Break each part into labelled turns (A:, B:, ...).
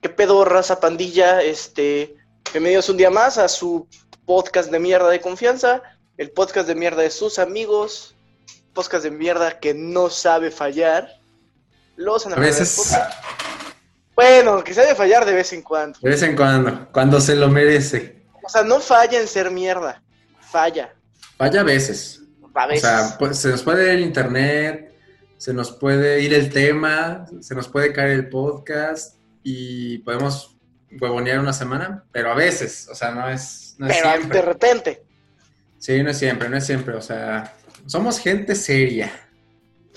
A: ¿Qué pedo, raza pandilla? Este, bienvenidos un día más a su podcast de mierda de confianza, el podcast de mierda de sus amigos, podcast de mierda que no sabe fallar. Los
B: A veces,
A: analistas- Bueno, que sabe fallar de vez en cuando.
B: de vez en cuando, cuando se lo merece.
A: O sea, no falla en ser mierda, falla.
B: Vaya a veces.
A: A veces.
B: O sea, pues, se nos puede ir el internet, se nos puede ir el tema, se nos puede caer el podcast y podemos huevonear una semana, pero a veces, o sea, no es, no es
A: pero de
B: siempre.
A: repente,
B: Sí, no es siempre, no es siempre. O sea, somos gente seria,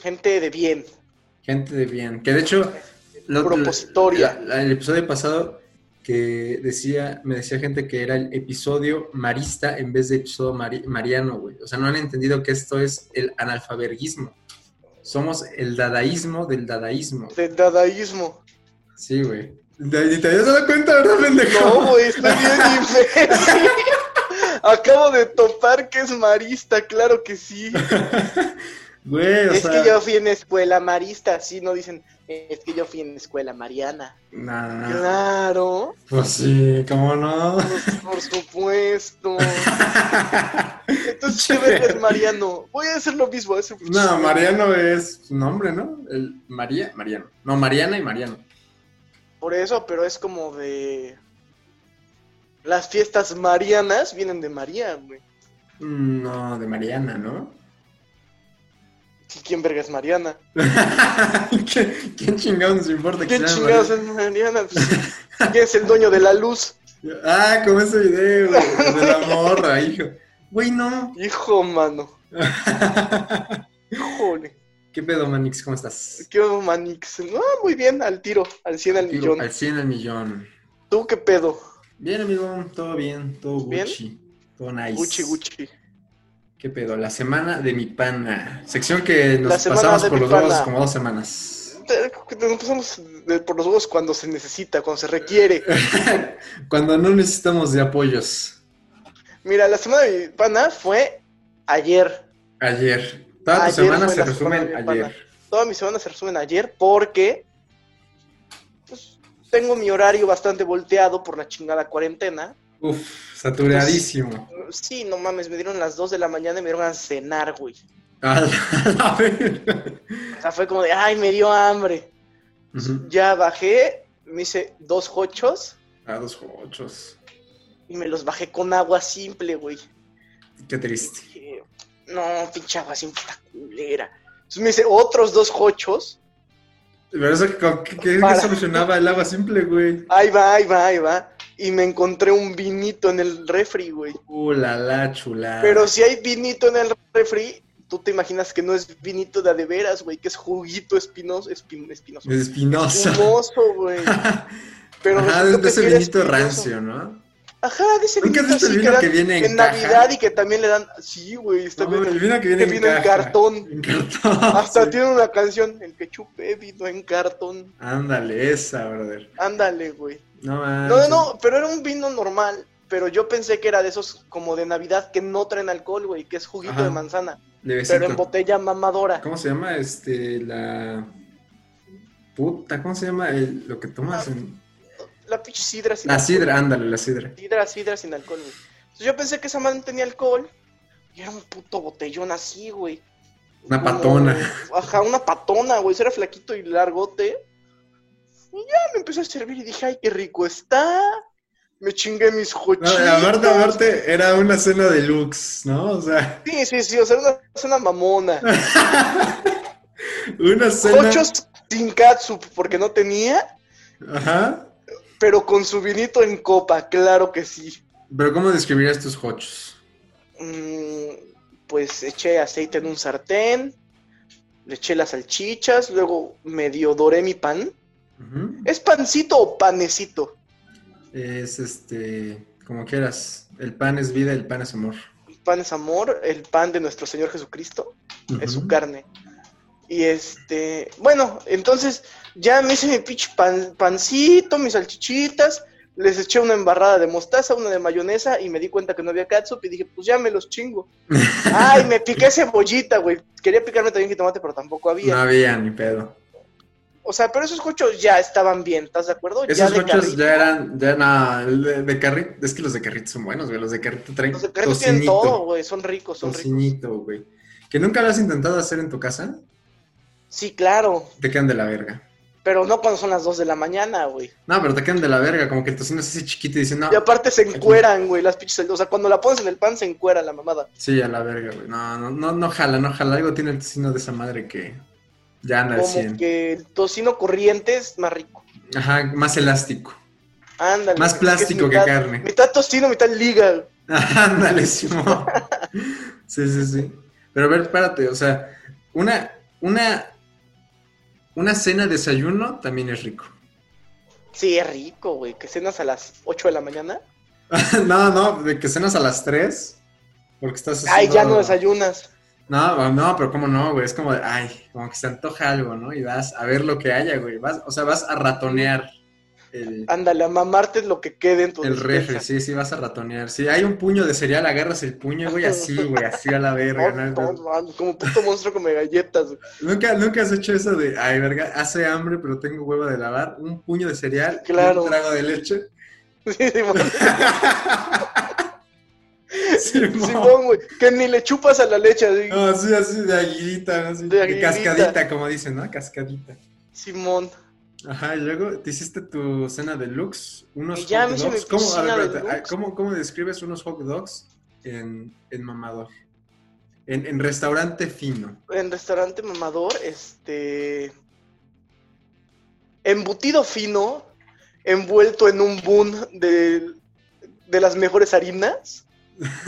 A: gente de bien.
B: gente de bien. Que de hecho, lo-
A: Propositoria.
B: la- la- el episodio pasado que decía, me decía gente que era el episodio marista en vez de episodio mari- mariano, güey. O sea, no han entendido que esto es el analfaberguismo. Somos el dadaísmo del dadaísmo.
A: Del dadaísmo.
B: Sí, güey. Da- ¿Te habías dado cuenta, verdad, pendejo?
A: No, güey, estoy bien imbécil. Acabo de topar que es marista, claro que sí.
B: Güey, o
A: es
B: sea...
A: que yo fui en escuela marista, sí, no dicen, eh, es que yo fui en escuela mariana.
B: No, no, no.
A: Claro,
B: Pues sí, ¿cómo no?
A: pues, por supuesto. Entonces, ¿qué verga es mariano? Voy a hacer lo mismo. es un-
B: No, Mariano es su nombre, ¿no? El María, Mariano. No, Mariana y Mariano.
A: Por eso, pero es como de... Las fiestas marianas vienen de María, güey.
B: Mm, No, de Mariana, ¿no?
A: Sí, ¿Quién verga es mariana?
B: ¿Qué, qué chingados se importa que
A: ¿Quién
B: sea
A: chingados
B: Mariana?
A: es mariana? Pues, ¿Quién es el dueño de la luz?
B: Ah, como ese video, güey, de la morra, hijo. Güey, no.
A: Hijo, mano. Híjole.
B: ¿Qué pedo, Manix? ¿Cómo estás?
A: ¿Qué onda, Manix? No, muy bien, al tiro, al 100 al
B: Digo,
A: millón.
B: Al 100 al millón.
A: ¿Tú qué pedo?
B: Bien, amigo, todo bien, todo
A: ¿Bien?
B: Gucci. Todo nice.
A: Gucci, Gucci.
B: ¿Qué pedo? La semana de mi pana. Sección que
A: La
B: nos
A: semana
B: pasamos
A: de
B: por
A: mi
B: los dos
A: pana.
B: como dos semanas.
A: Te- Nos pasamos de- por los huevos cuando se necesita, cuando se requiere.
B: Cuando no necesitamos de apoyos.
A: Mira, la semana de mi pana fue ayer.
B: Ayer. Toda tu
A: Ayer
B: semana
A: fue
B: se
A: la
B: resume
A: semana de
B: en
A: mi
B: ayer.
A: pana. Toda mi semana se resumen ayer porque pues, tengo mi horario bastante volteado por la chingada cuarentena.
B: Uf, saturadísimo.
A: Sí, no mames, me dieron las 2 de la mañana y me dieron a cenar, güey.
B: A la, a la verga.
A: O sea, fue como de, ay, me dio hambre.
B: Ujú.
A: Ya bajé, me hice dos hochos
B: A dos ochos.
A: y me los bajé con agua simple, güey.
B: Qué triste.
A: Dije, no, pinche agua simple, está culera. Entonces me hice otros dos hochos.
B: Pero eso que, que, que
A: Para.
B: solucionaba el agua simple, güey.
A: Ahí va, ahí va, ahí va. Y me encontré un vinito en el refri, güey.
B: Uh, la la chulada.
A: Pero si hay vinito en el refri, tú te imaginas que no es vinito de a de veras, güey, que es juguito espinoso, espin- espinoso.
B: Es espinosa.
A: Humoso, güey. Pero
B: Ajá,
A: resulta
B: de
A: que
B: ese
A: sí era
B: vinito
A: espinoso.
B: rancio, ¿no?
A: Ajá, de ese
B: ¿Nunca has
A: vinito
B: visto el
A: así que
B: vino que
A: dan
B: viene en,
A: en
B: caja?
A: Navidad y que también le dan. Sí, güey, está
B: No,
A: bien.
B: el vino que viene,
A: que vino en
B: caja.
A: cartón.
B: En cartón.
A: Hasta
B: sí.
A: tiene una canción, el que chupé vino en cartón.
B: Ándale, esa, brother.
A: Ándale, güey.
B: No, manches.
A: No, no, no, pero era un vino normal. Pero yo pensé que era de esos como de Navidad que no traen alcohol, güey, que es juguito
B: Ajá.
A: de manzana,
B: De
A: pero en
B: besito.
A: botella mamadora.
B: ¿Cómo se llama? Este, la. Puta, ¿cómo se llama el- lo que tomas? en-
A: La pinche sidra sin
B: La
A: alcohol.
B: sidra, ándale, la sidra.
A: Sidra, sidra sin alcohol, güey. Entonces yo pensé que esa madre tenía alcohol y era un puto botellón así, güey.
B: Una
A: Como-
B: patona.
A: Ajá, una patona, güey. Era flaquito y largote. Y ya me empezó a servir y dije, ay, qué rico está. Me chingué mis
B: No,
A: jochitos.
B: aparte, aparte, era una cena deluxe, ¿no? O sea,
A: Sí, sí, sí, o sea, una cena mamona.
B: una cena.
A: Jochos sin catsup, porque no tenía,
B: Ajá.
A: pero con su vinito en copa, claro que sí.
B: Pero, ¿cómo describirías tus hochos?
A: Mm, pues eché aceite en un sartén, le eché las salchichas, luego medio doré mi pan.
B: Ujú.
A: ¿Es pancito o panecito?
B: Es este. Como quieras. El pan es vida, el pan es amor.
A: Pan es amor, el pan de nuestro Señor Jesucristo. es su
B: Ujú.
A: carne. Y este, bueno, entonces ya me hice mi pinche pan- pancito, mis salchichitas, les eché una embarrada de mostaza, una de mayonesa y me di cuenta que no había catsup y dije, pues ya me los chingo. Ay, me piqué cebollita, güey. Quería picarme también jitomate, pero tampoco
B: No
A: había.
B: había ni pedo.
A: O sea, pero esos cochos ya estaban bien, ¿estás de acuerdo?
B: Esos
A: ya de
B: cochos
A: carrito.
B: ya eran, ya na- de, de carrito. Es que los de carrito son buenos, güey. Los de carrito traen
A: Los de carrito tienen
B: tocinito,
A: todo, güey, son ricos, son ricos.
B: tocinito, güey. Que nunca lo has intentado hacer en tu casa,
A: Sí, claro,
B: te quedan de la verga.
A: pero no cuando son las 2 de la mañana, güey.
B: No, pero te quedan de la verga, como que el tocino es ese chiquito y dicen, no,
A: Y aparte se encueran, güey, las pinches. O sea, cuando la pones en el pan se encuera la mamada.
B: sí, a la verga, güey. No, no, no, no jala, no jala. Algo tiene el tocino de esa madre que ya anda al
A: Como
B: 100.
A: que el tocino corriente es más rico.
B: Ajá, más elástico.
A: Ándale.
B: Más
A: es
B: plástico que
A: mitad-
B: carne.
A: Mitad tocino, mitad liga.
B: Ándale, Simón. Sí, sí, sí. Pero a ver, espérate, o sea, una, una, una cena desayuno también es rico.
A: Sí, es rico, güey. Que cenas a las 8 de la mañana.
B: no, no, de que cenas a las 3, porque estás
A: Ay, ya no
B: desayuno.
A: desayunas.
B: No, no, pero cómo no, güey, es como, de, ay, como que se antoja algo, ¿no? Y vas a ver lo que haya, güey, vas, o sea, vas a ratonear el,
A: Ándale, a mamarte lo que quede en Ah, tu
B: el
A: despensa.
B: refri, sí, sí, vas a ratonear. Si hay un puño de cereal, agarras el puño, güey, así, güey, así a la verga,
A: No,
B: ¿no?
A: no, no, como puto monstruo come galletas. güey.
B: ¿Nunca, nunca has hecho eso de, ay, verga, hace hambre, pero tengo hueva de lavar, un puño de cereal, y
A: Claro.
B: un trago de leche?
A: Sí, Simón,
B: Simón.
A: Simón, güey. Que ni le chupas a la leche. así.
B: No, así, así, de aguilita, ¿no? Así,
A: De
B: de,
A: aguilita.
B: cascadita, como dicen, ¿no? Cascadita.
A: Simón.
B: Ajá, y luego te hiciste tu cena deluxe, unos
A: Y ya me hice
B: hot
A: mi
B: dogs. ¿Cómo, a ver,
A: cena
B: espérate,
A: deluxe.
B: ¿cómo, cómo describes unos hot dogs en, en mamador? En, en restaurante fino.
A: En restaurante mamador, este. Embutido fino, envuelto en un boom de, de las mejores harinas,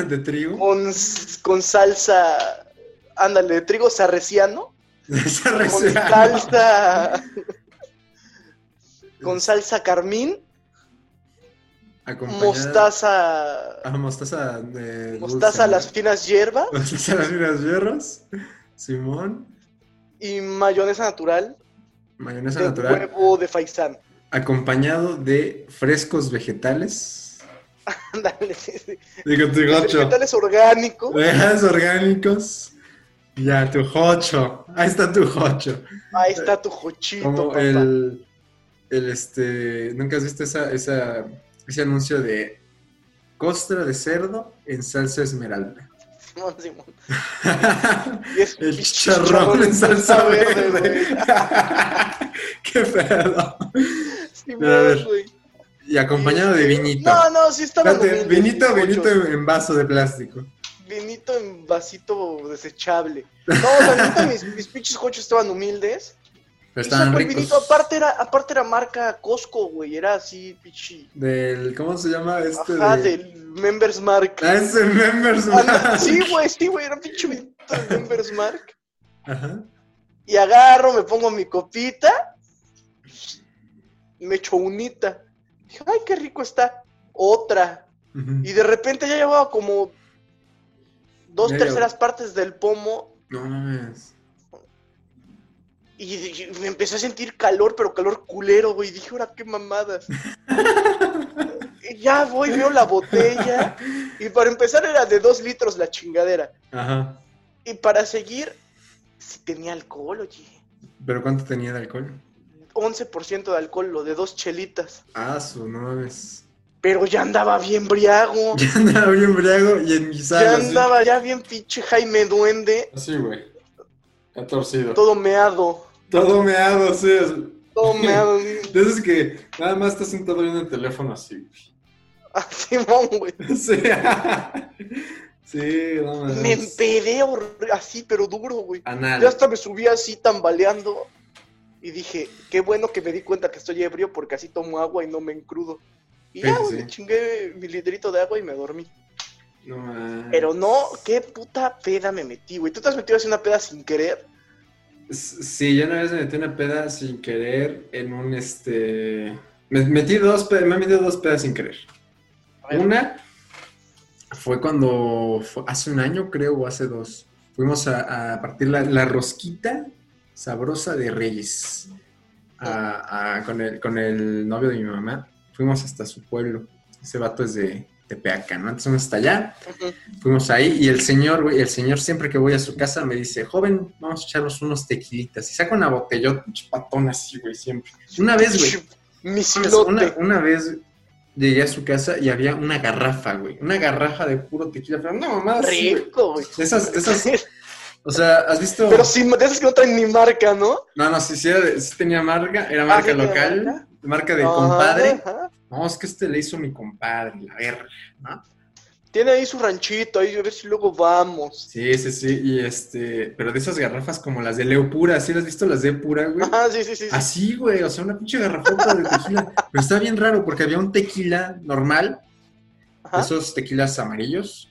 B: De trigo.
A: con, s- con salsa, ándale, de trigo sarreciano,
B: Esa
A: con
B: receta.
A: salsa, con salsa carmín,
B: Acompañada-
A: mostaza,
B: Ah, mostaza de
A: mostaza a
B: dulce,
A: las
B: ¿no?
A: finas hierbas
B: Mostaza a las finas hierros. Simón.
A: y mayonesa natural
B: Mayonesa
A: de
B: natural.
A: huevo de faisán.
B: Acompañado de frescos vegetales.
A: Ándale, sí, sí.
B: Digo, tu gocho.
A: vegetales orgánicos.
B: Vegetales orgánicos. Ya, tu jocho. Ahí está tu jocho.
A: Ahí está tu jochito,
B: Como
A: papá.
B: el, el este, ¿nunca has visto esa, esa, ese anuncio de costra de cerdo en salsa esmeralda?
A: Simón, Simón. Y es
B: el chicharrón en salsa verde. Qué pedo.
A: güey.
B: Pero a
A: Simón,
B: ver,
A: güey.
B: Y acompañado de vinito.
A: No, no, sí estaba
B: Espérate, vinito, vinito en vaso de plástico.
A: Vinito en vasito desechable. No, la neta, mis, mis pinches cochos estaban humildes.
B: Pero
A: Y saco
B: estaban
A: el vinito,
B: ricos.
A: aparte era, aparte era marca Costco, güey. Era así, pichi.
B: Del, ¿cómo se llama este?
A: Ajá,
B: de-
A: del Members Mark.
B: Ah, ese Members
A: Anda,
B: Mark.
A: sí, güey, sí, güey, era pinche vinito de Members Mark.
B: Ajá.
A: Y agarro, me pongo mi copita, me echo unita. Dije, ay, qué rico está. Otra.
B: Ujú.
A: Y de repente ya llevaba como dos
B: Ya
A: terceras partes del pomo
B: No mames.
A: y, y me empecé a sentir calor, pero calor culero, güey. Dije, ahora qué mamadas. Y ya voy, veo la botella. Y para empezar era de dos litros la chingadera.
B: Ajá.
A: Y para seguir, si tenía alcohol, oye.
B: ¿Pero cuánto tenía de alcohol?
A: 11% de alcohol, lo de dos chelitas.
B: Ah, su, no mames.
A: pero ya andaba bien briago,
B: Ya andaba bien embriago y en mi
A: ya
B: sala. así.
A: andaba ya bien pinche Jaime Duende,
B: Así, güey. Ha torcido.
A: todo meado,
B: Todo meado, así. es-
A: todo meado,
B: De esos que nada más estás sentado viendo el teléfono así, güey.
A: Ah, Simón, güey.
B: Sí. sí, no mames.
A: Me empedé hor- así, pero duro, güey.
B: Anal.
A: Ya hasta me subí así tambaleando y dije, qué bueno que me di cuenta que estoy ebrio porque así tomo agua y no me encrudo. Y ya,
B: Sí,
A: güey,
B: sí.
A: me chingué mi litrito de agua y me dormí.
B: No mames.
A: Pero no, qué puta peda me metí, güey. ¿Tú te has metido así una peda sin querer?
B: S- Sí, yo una vez me metí una peda sin querer en un este. Me metí dos pedas, me he metido dos pedas sin querer.
A: A ver,
B: Una fue cuando fue hace un año, creo, o hace dos. Fuimos a, a partir la, la rosquita sabrosa de Reyes a- a- con, el, con el novio de mi mamá. Fuimos hasta su pueblo. Ese vato es de Tepeacan, ¿no? Entonces fuimos hasta allá, uh -huh. fuimos ahí y el señor, güey, el señor siempre que voy a su casa me dice, joven, vamos a echarnos unos tequilitas. Y saca una botellota, un patón así, güey, siempre. Una vez, güey. Una, una, vez llegué a su casa y había una garrafa, güey. Una garrafa de puro tequila. Pero no, mamá.
A: Rico, güey.
B: Esas, esas. O sea, ¿has visto?
A: Pero sin, de esas que no traen ni marca, ¿no?
B: No, no, sí, sí, era, sí tenía marca, era marca ¿Ah, local, marca, marca del ah, compadre. Ajá. No, es que este le hizo mi compadre, la verga, ¿no?
A: Tiene ahí su ranchito, ahí a ver si luego vamos.
B: Sí, sí, sí, y este, pero de esas garrafas como las de Leopura, ¿sí las has visto las de Pura, güey?
A: Ah, sí, sí, sí.
B: Así, güey, o sea, una pinche garrafota de tequila. pero está bien raro porque había un tequila normal, ajá. esos tequilas amarillos,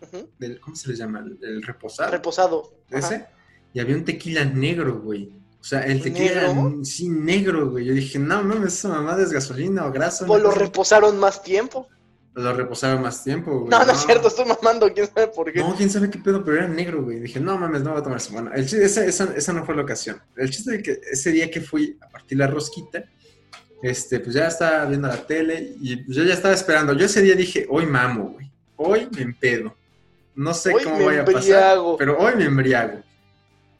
B: Uh -huh. del, ¿cómo se le llama? El reposado.
A: Reposado.
B: Ese. Ajá. Y había un tequila negro, güey. O sea, el tequila ¿Negro? sí negro, güey. Yo dije, no, no, esa mamada es gasolina o grasa.
A: Pues lo reposaron más tiempo.
B: Lo reposaron más tiempo, güey.
A: No, no, no, es cierto, estoy mamando, quién sabe por qué.
B: No, quién sabe qué pedo, pero era negro, güey. Dije, no mames, no va a tomar eso. Bueno, el chiste, esa, esa, esa, no fue la ocasión. El chiste de que ese día que fui a partir la rosquita, este, pues ya estaba viendo la tele y pues yo ya estaba esperando. Yo ese día dije, hoy mamo, güey. Hoy me empedo. No sé
A: hoy
B: cómo vaya a pasar, pero hoy me embriago.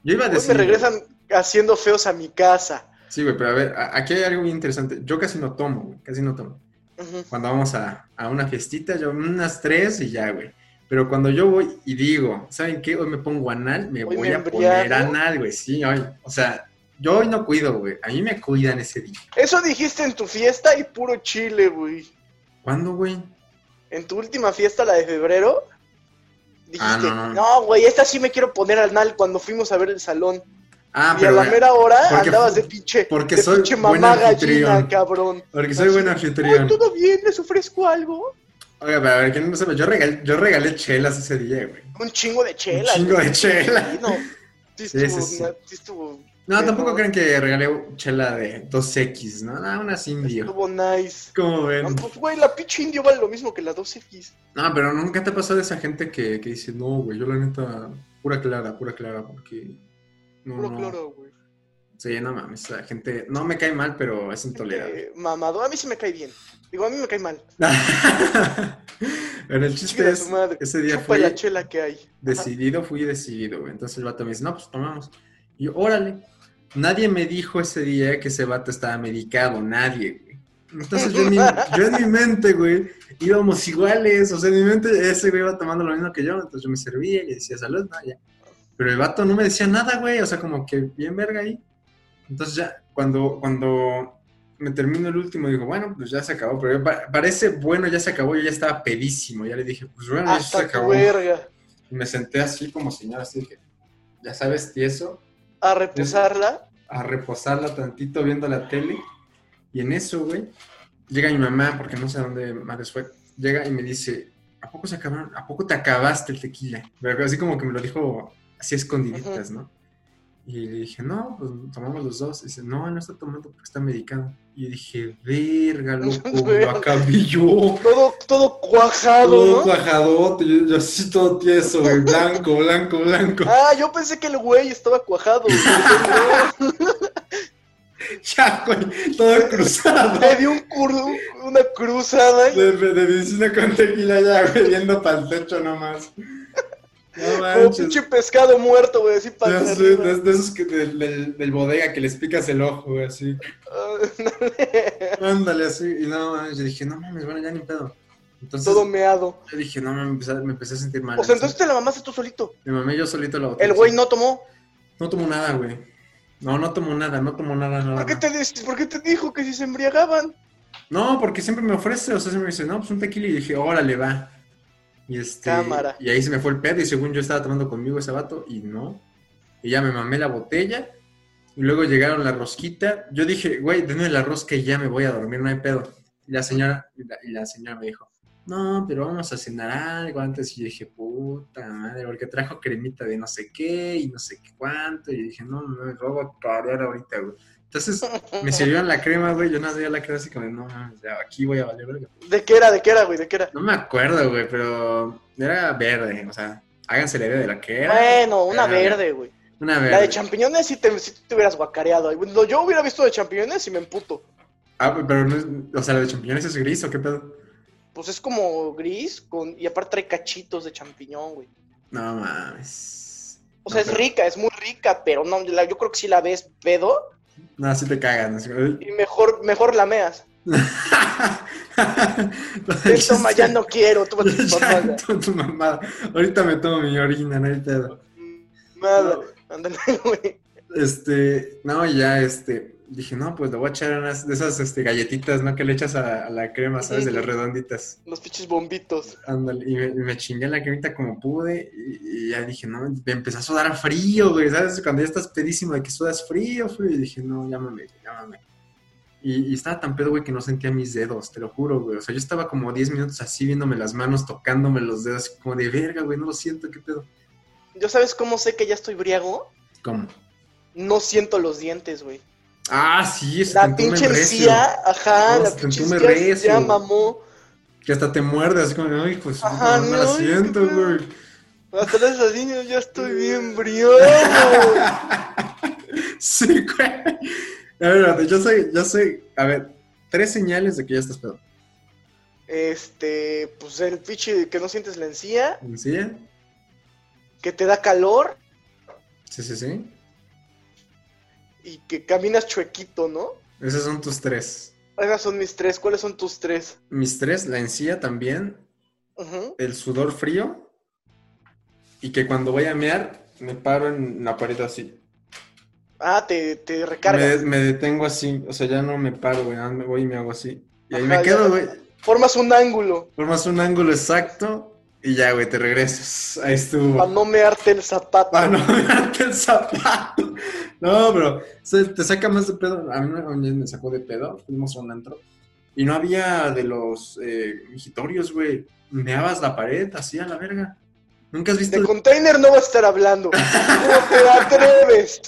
B: Yo iba a decir...
A: Hoy me regresan haciendo feos a mi casa.
B: Sí, güey, pero a ver, aquí hay algo bien interesante. Yo casi no tomo, güey, casi no tomo. Uh -huh. Cuando vamos a, a, una fiestita, yo "Mm, unas tres y ya, güey. Pero cuando yo voy y digo, ¿saben qué? Hoy me pongo anal, me hoy voy me a poner anal, güey, sí, hoy. O sea, yo hoy no cuido, güey. A mí me cuidan ese día.
A: Eso dijiste en tu fiesta y puro chile, güey.
B: ¿Cuándo, güey?
A: En tu última fiesta, la de febrero, dijiste, ah, no, güey, no, esta sí me quiero poner al mal cuando fuimos a ver el salón. Ah, y pero, a la wey, mera hora andabas de pinche,
B: porque
A: de
B: soy
A: pinche mamá gallina, cabrón.
B: Porque soy buen anfitrión.
A: ¿Todo bien? ¿Les ofrezco algo?
B: Oiga, pero a ver, ¿quién no sabe? Yo regalé, yo regalé chelas ese día, güey.
A: Un chingo de chelas.
B: Un chingo de chelas.
A: No, sí, sí, estuvo, sí. Una, estuvo,
B: no tampoco creen que regalé chela de 2X, ¿no? No, una indio.
A: Estuvo nice.
B: ¿Cómo ven?
A: No, pues, güey, la pinche indio vale lo mismo que la 2X.
B: No, pero nunca te ha pasado esa gente que, que dice, no, güey, yo la neta, pura clara, pura clara, porque. No,
A: pura
B: no.
A: clara, güey.
B: Sí, no mames, la gente no me cae mal, pero es intolerable.
A: Eh, mamado, a mí sí me cae bien. Digo, a mí me cae mal.
B: pero el chiste Chica es, madre. ese día
A: Chupa
B: fui
A: la chela que hay.
B: decidido, fui decidido, güey. Entonces el vato me dice, no, pues tomamos. Y yo, órale, nadie me dijo ese día que ese vato estaba medicado, nadie, güey. Entonces yo, en mi, yo en mi mente, güey, íbamos iguales. O sea, en mi mente ese güey iba tomando lo mismo que yo. Entonces yo me servía y decía salud, no, ya. Pero el vato no me decía nada, güey. O sea, como que bien verga ahí. Entonces ya, cuando, cuando me termino el último, digo, bueno, pues ya se acabó. Pero pa parece bueno, ya se acabó. Yo ya estaba pedísimo. Ya le dije, pues bueno, ya se acabó.
A: Verga.
B: Y me senté así como señora, así que, ya sabes, tieso.
A: A reposarla.
B: A reposarla tantito viendo la tele. Y en eso, güey, llega mi mamá, porque no sé dónde madres fue, llega y me dice, ¿a poco se acabaron? ¿A poco te acabaste el tequila? Pero así como que me lo dijo así escondiditas, uh -huh. ¿no? Y le dije, no, pues tomamos los dos. Y dice, no, no está tomando porque está medicado. Y yo dije, verga, loco, lo acabé yo.
A: Todo, todo cuajado.
B: Todo
A: ¿no?
B: cuajadote, yo, yo, así todo tieso, güey, blanco, blanco, blanco.
A: Ah, yo pensé que el güey estaba cuajado. Güey.
B: Ya, güey, todo cruzado.
A: Le dio un cur una cruzada.
B: De, de, medicina con tequila ya, güey, viendo para el techo nomás.
A: No manches. Como pinche pescado muerto, güey, así para
B: ya, sí, de, de, esos que, de, del, del, bodega que les picas el ojo, güey, así.
A: Ah,
B: Uh, Ándale, así. Y no, man, yo dije, no mames, bueno, ya ni pedo. Entonces,
A: todo meado.
B: Yo dije, no, me empecé, me empecé a sentir mal.
A: O sea, entonces te la mamaste tú solito.
B: Me mamé yo solito la
A: botella. El güey no tomó.
B: No tomó nada, güey. No, no tomó nada, no tomó nada, nada.
A: ¿Por qué, te, ¿Por qué te dijo que si se embriagaban?
B: No, porque siempre me ofrece, o sea, siempre me dice, no, pues un tequila y dije, órale, va. Y este,
A: Cámara.
B: Y ahí se me fue el pedo y según yo estaba tomando conmigo ese vato y no. Y ya me mamé la botella. Y luego llegaron la rosquita. Yo dije, güey, denme la rosca y ya me voy a dormir, no hay pedo. Y la señora, y la, y la señora me dijo, no, pero vamos a cenar algo antes. Y yo dije, puta madre, porque trajo cremita de no sé qué y no sé qué cuánto. Y yo dije, no, me voy a carear ahorita, güey. Entonces me sirvieron la crema, güey. Yo nada veía la crema así como, no mames, aquí voy a valer verga.
A: ¿De qué era? ¿De qué era, güey? ¿De qué era?
B: No me acuerdo, güey, pero era verde. O sea, háganse la idea de la que era.
A: Bueno, una era verde, güey.
B: Una verde.
A: La de champiñones sí te, sí te hubieras guacareado. Yo hubiera visto de champiñones y me emputo.
B: Ah, pero no es, o sea, la de champiñones es gris o qué pedo
A: pues es como gris con, y aparte trae cachitos de champiñón, güey.
B: No mames.
A: O sea,
B: No,
A: es
B: pero-
A: rica, es muy rica, pero no, la- yo creo que si la ves pedo
B: No, sí te cagan. así como-
A: y mejor, mejor la meas. Él toma, ya no quiero, toma
B: Ya,
A: tus papas.
B: tu- tu mamada. Ahorita me tomo mi orina, no hay pedo.
A: Nada, ándale, güey.
B: Este, no, ya, este, dije, no, pues le voy a echar unas de esas este, galletitas, ¿no? Que le echas a, a la crema, ¿sabes? De las redonditas.
A: Los pinches bombitos.
B: Ándale, y me, y me chingué la cremita como pude y, y ya dije, no, me empezó a sudar frío, güey, ¿sabes? Cuando ya estás pedísimo de que sudas frío, frío, y dije, no, llámame, llámame. Y, y estaba tan pedo, güey, que no sentía mis dedos, te lo juro, güey. O sea, yo estaba como 10 minutos así viéndome las manos, tocándome los dedos, como de verga, güey, no lo siento, qué pedo.
A: ¿Yo sabes cómo sé que ya estoy briago?
B: ¿Cómo?
A: No siento los dientes, güey.
B: Ah, sí, eso
A: La pinche encía, ajá,
B: No,
A: la
B: se
A: pinche
B: contume
A: encía
B: recio.
A: ya mamó.
B: Que hasta te muerde, así como, ay, pues,
A: Ajá,
B: no, no
A: no,
B: la
A: ay,
B: siento,
A: qué pedo.
B: güey.
A: Hasta las así, yo ya estoy bien briago.
B: sí, güey. A ver, espérate, yo soy, yo soy, a ver, tres señales de que ya estás pedo.
A: Este, pues el pinche que no sientes la encía,
B: ¿Sí?
A: que te da calor
B: Sí, sí, sí.
A: y que caminas chuequito, ¿no?
B: Esas son tus tres.
A: Esas son mis tres. ¿Cuáles son tus tres?
B: Mis tres, la encía también,
A: Ujú.
B: el sudor frío y que cuando voy a mear me paro en la pared así.
A: Ah, te, te
B: Me,
A: recargas.
B: me detengo así, o sea, ya no me paro, güey, nada más me voy y me hago así. Y ahí
A: Ajá,
B: me
A: ya.
B: quedo, güey.
A: Formas un ángulo
B: Formas un ángulo exacto y ya, güey, te regresas. Ahí estuvo.
A: para no mearte el zapato.
B: Para Ah, no mirarte el zapato. No, bro. se- te saca más de pedo. A mí me- a mí me sacó de pedo. Fuimos a un antro. Y no había de los eh, mijitorios, güey. Meabas la pared así a la verga. Nunca has visto.
A: De container no vas a estar hablando. ¿Cómo te atreves?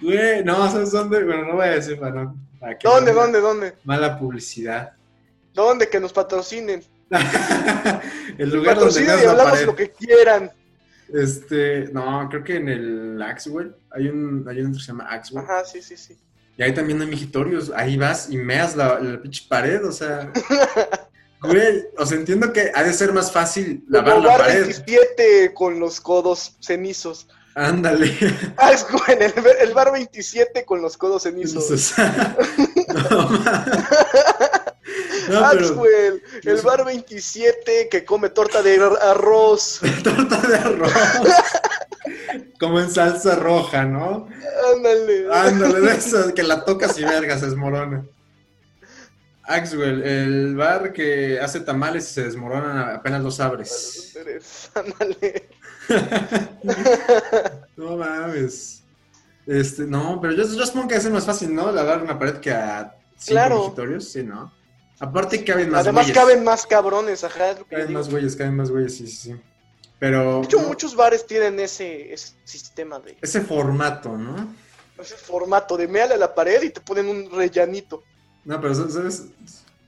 B: Güey, no, ¿sabes dónde? Bueno, no voy a decir para no. para que
A: ¿Dónde,
B: no-
A: dónde, dónde?
B: Mala publicidad.
A: ¿Dónde? Que nos patrocinen.
B: el lugar donde
A: Patrocinen
B: meas
A: y
B: la
A: hablamos
B: pared.
A: lo que quieran.
B: Este, no, creo que en el Axwell. Hay un, hay un antro que se llama Axwell.
A: Ajá, sí, sí, sí.
B: Y ahí también hay mijitorios, ahí vas y meas la, la pinche pared, o sea. Güey, o sea, entiendo que ha de ser más fácil lavar la
A: Robar
B: pared.
A: 27 con los codos cenizos.
B: Ándale.
A: Ah, es güey, el, el bar 27 con los codos cenizos.
B: Entonces, no, ma- no, pero
A: Axwell, Ah, el bar 27 que come torta de ar- arroz.
B: torta de arroz. Como en salsa roja, ¿no?
A: Ándale.
B: Ándale, de esas que la tocas y vergas, se desmorona. Axwell, el bar que hace tamales y se desmoronan apenas los abres.
A: Ándale.
B: No mames. Este, no, pero yo, yo supongo que es más fácil, ¿no? Lavar una pared que a cinco
A: Claro.
B: mijitorios, sí, ¿no? Aparte caben más
A: Además
B: güeyes.
A: caben más cabrones, ajá. es lo que yo
B: Caben
A: digo.
B: más güeyes, caben más güeyes, sí, sí, sí. Pero
A: De hecho,
B: no,
A: muchos bares tienen ese, ese sistema de
B: ese formato, ¿no?
A: ese formato de meale a la pared y te ponen un rellanito.
B: No, pero ¿sabes?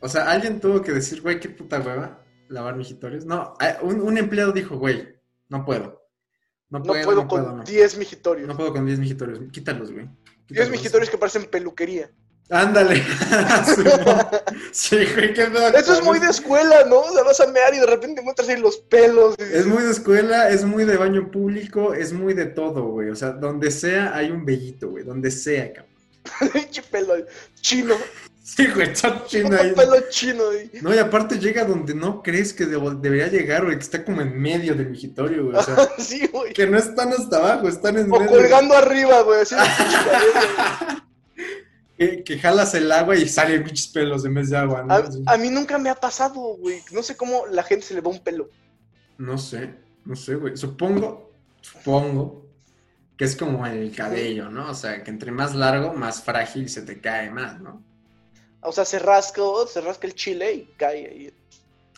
B: O sea, alguien tuvo que decir, güey, qué puta hueva, lavar mijitorios. No, a- un, un empleado dijo, güey, no puedo. No
A: No
B: puedo,
A: puedo
B: no
A: con
B: puedo, no.
A: 10 mijitorios.
B: No puedo con 10 mijitorios, quítalos, güey.
A: 10
B: Quítalos.
A: mijitorios que parecen peluquería.
B: Ándale. Simón. sí, güey, qué pedo.
A: Eso es
B: con
A: muy de escuela, ¿no? O sea, vas a mear y de repente encuentras ahí los pelos. y dices,
B: Es muy de escuela, es muy de baño público, es muy de todo, güey. O sea, donde sea hay un bellito, güey. Donde sea, cabrón.
A: pinche pelo chino.
B: Sí, güey, está chino ahí.
A: pelo chino. y-
B: No, y aparte llega donde no crees que debo- debería llegar, güey, que está como en medio del migitorio, güey. O sea,
A: Sí, güey.
B: que no están hasta abajo, están en
A: O
B: medio.
A: colgando arriba, güey. Así de
B: Ah,
A: pinche pared, güey.
B: Que, que jalas el agua y salen pinches pelos en vez de agua, ¿no? Así.
A: A, a mí nunca me ha pasado, güey. No sé cómo la gente se le va un pelo.
B: No sé, no sé, güey. Supongo, supongo que es como el cabello, ¿no? O sea, que entre más largo, más frágil se te cae más, ¿no?
A: O sea, se rasca, se rasca el chile y cae ahí.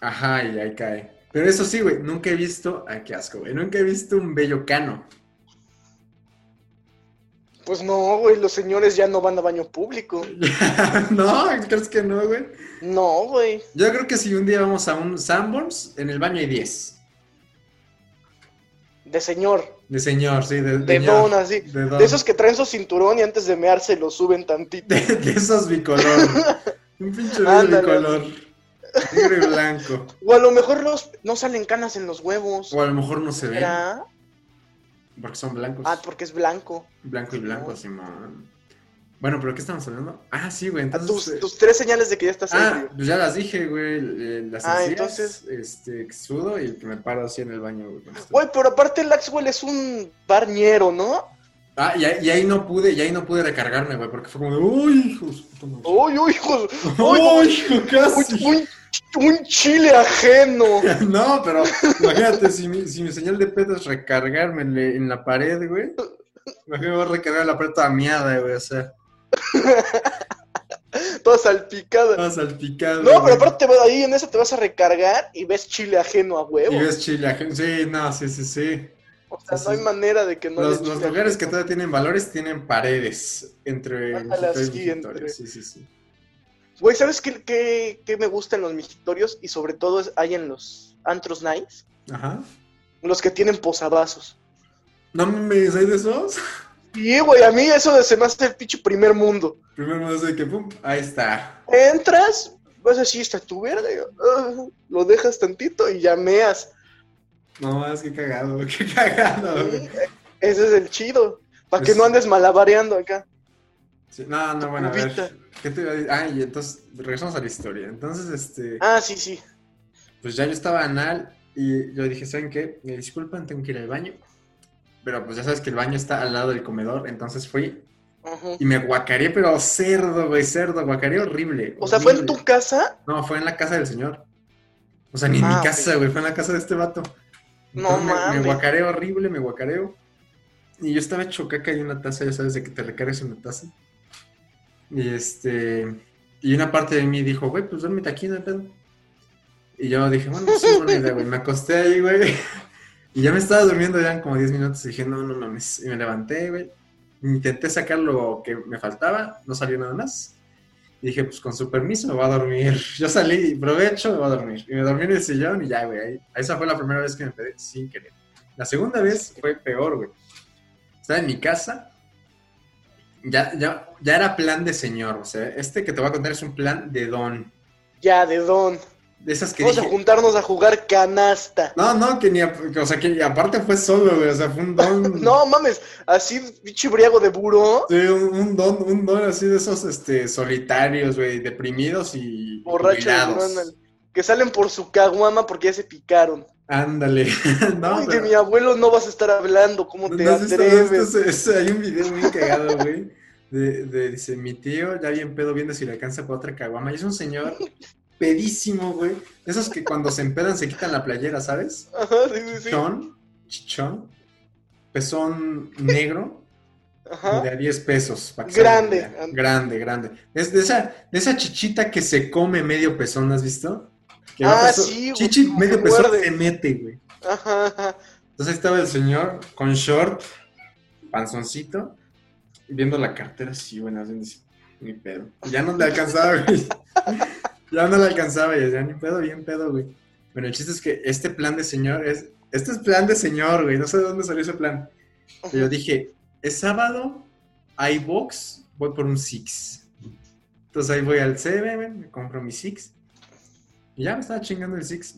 B: Ajá, y ahí cae. Pero eso sí, güey, nunca he visto. Ay, qué asco, güey. Nunca he visto un bello cano.
A: Pues no, güey, los señores ya no van a baño público.
B: no, ¿crees que no, güey?
A: No, güey.
B: Yo creo que si un día vamos a un Sanborns, en el baño hay 10.
A: De señor.
B: De señor, sí, de.
A: De
B: señor.
A: don, así.
B: De don.
A: De esos que traen su cinturón y antes de mearse lo suben tantito.
B: De, de esos bicolor. un pinche bello
A: Ándale.
B: bicolor. Negro y blanco.
A: O a lo mejor los, no salen canas en los huevos.
B: O a lo mejor no se ven.
A: ¿Será?
B: Porque son blancos.
A: Ah, porque es blanco.
B: Blanco y blanco, Simón. Bueno, pero ¿qué estamos hablando? Ah, sí, güey.
A: Ah,
B: Entonces,
A: tus,
B: eh,
A: tus tres señales de que ya estás
B: ah,
A: ebrio.
B: pues ya las dije, güey. eh, Las
A: Ah,
B: encías,
A: entonces-
B: este, que sudo y que me paro así en el baño, güey. con esto.
A: Güey, pero aparte el Axwell es un barñero, ¿no?
B: Ah, y, ahí- y ahí no pude, y ahí no pude recargarme, güey, porque fue como de, uy, hijo de su puta madre".
A: ¡Uy, uy, hijos!
B: ¡Uy, hijo,
A: Un,
B: casi!
A: un- un chile ajeno.
B: No, pero imagínate, si mi, si mi señal de pedo es recargarme en, le- en la pared, güey. Imagínate, me voy a recargar en la pared toda miada, güey, o sea,
A: Toda salpicada.
B: toda salpicada.
A: No, pero
B: Ah, güey.
A: aparte te vas- ahí en eso te vas a recargar y ves chile ajeno a huevo.
B: Y ves chile, ajeno. sí, no, sí, sí, sí.
A: o sea,
B: sí,
A: no hay
B: sí.
A: manera de que no
B: Los,
A: haya
B: los
A: chile
B: lugares que
A: ajeno.
B: todavía tienen valores tienen paredes entre
A: Ándale,
B: mejitorios
A: así,
B: y mejitorios,
A: entre-
B: sí, sí, sí.
A: Güey, ¿sabes qué, qué, qué me gusta en los mijitorios? Y sobre todo es- hay en los antros nights.
B: Ajá.
A: Los que tienen posavasos.
B: ¿No me hay de esos?
A: Y, güey, a mí eso de se me hace el pinche primer mundo.
B: Primero me hace que pum, ahí está.
A: Entras, vas así, está tu verde, ah, lo dejas tantito y llameas.
B: No más, qué cagado, güey, qué cagado. güey.
A: Ese es el chido. Para que
B: Pues-
A: no andes malabareando acá.
B: Sí, no, no, bueno, a
A: Cubita.
B: ver. ¿Qué te iba a decir? Ah, y entonces, regresamos a la historia. Entonces, este,
A: Ah, sí, sí.
B: pues ya yo estaba anal y yo dije, ¿saben qué? Me disculpan, tengo que ir al baño. Pero pues ya sabes que el baño está al lado del comedor, entonces fui
A: Ajá.
B: y me guacaré, pero cerdo, güey, cerdo, guacaré horrible.
A: O sea, fue en
B: horrible.
A: tu casa.
B: No, fue en la casa del señor. O sea, ni en
A: Ah,
B: mi casa, güey, fue en la casa de este vato.
A: No
B: Entonces, me- Me,
A: mames.
B: guacareo horrible, me guacareo. Y yo estaba hecho caca y una taza, ya sabes, de que te recargas en una taza. Y este. Y una parte de mí dijo, güey, pues duérmete aquí, no hay pedo. Y yo dije, bueno, pues sí, es buena idea, güey. Me acosté ahí, güey. Y ya me estaba durmiendo, ya como 10 minutos. Y dije, no, no mames. Y me levanté, güey. Intenté sacar lo que me faltaba, no salió nada más. Y dije, pues con su permiso me voy a dormir. Yo salí, provecho, me voy a dormir. Y me dormí en el sillón y ya, güey. ahí- Esa fue la primera vez que me pedí sin querer. La segunda vez fue peor, güey. Estaba en mi casa. Ya, ya, ya era plan de señor. O sea, este que te voy a contar es un plan de don.
A: Ya, de don.
B: De esas que
A: Vamos a
B: dije,
A: juntarnos a jugar canasta.
B: No, no, que ni... a- o sea, que aparte fue solo, güey. O sea, fue un don...
A: No mames, así, pinche briago de buró,
B: Sí, un, un don, un don así de esos este, solitarios, güey, deprimidos y
A: borracho de buró,
B: jubilados.
A: ándale, Que salen por su caguama porque ya se picaron.
B: Ándale. no,
A: Uy,
B: pero-
A: de mi abuelo no vas a estar hablando, ¿cómo te
B: No, este sí, está-
A: atreves?
B: está- está- hay un video muy cagado, güey. De, de- dice, mi tío ya bien pedo viendo si le alcanza para otra caguama. Y es un señor pedísimo, güey. De esos que cuando se empedan se quitan la playera, ¿sabes?
A: Ajá, sí, sí, sí.
B: Chichón, chichón, pezón negro,
A: Ajá.
B: de a 10 pesos. pa' que
A: Grande.
B: salga. Grande, grande. Es de esa, de esa chichita que se come medio pezón, ¿has visto? Que
A: Ah,
B: va pezo-
A: sí, güey,
B: Chichi
A: como
B: medio
A: que
B: pezón
A: muerde.
B: se mete, güey.
A: Ajá, ajá.
B: Entonces ahí estaba el señor con short, panzoncito, viendo la cartera así, bueno, así, dice, ni pedo. Ya no le alcanzaba, güey. Ya no le alcanzaba, y decía, ni pedo, bien pedo, güey. Bueno, el chiste es que este plan de señor es. Este es plan de señor, güey. No sé de dónde salió ese plan. Pero yo dije, es sábado, hay box, voy por un six. Entonces ahí voy al 7, güey, me compro mi six. Y ya me estaba chingando el six.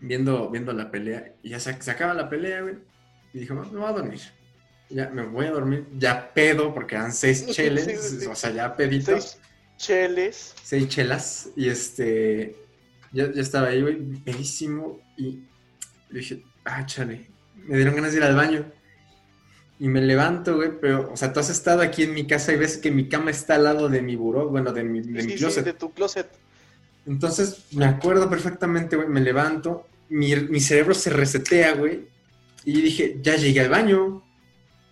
B: Viendo, viendo la pelea. Y ya se, se acaba la pelea, güey. Y dije, me voy a dormir. Y Ya me voy a dormir, ya pedo, porque eran seis
A: Sí,
B: cheles.
A: sí, sí.
B: O sea, ya pedito
A: Seis cheles.
B: seis chelas y este ya, ya estaba ahí, güey, pedísimo y le dije, ah, chale, me dieron ganas de ir al baño. Y me levanto, güey, pero, o sea, tú has estado aquí en mi casa y ves que mi cama está al lado de mi buró, bueno, de mi, de
A: Sí,
B: mi
A: sí,
B: closet.
A: de tu closet.
B: Entonces, me acuerdo perfectamente, güey, me levanto, mi, mi cerebro se resetea, güey, y dije, ya llegué al baño.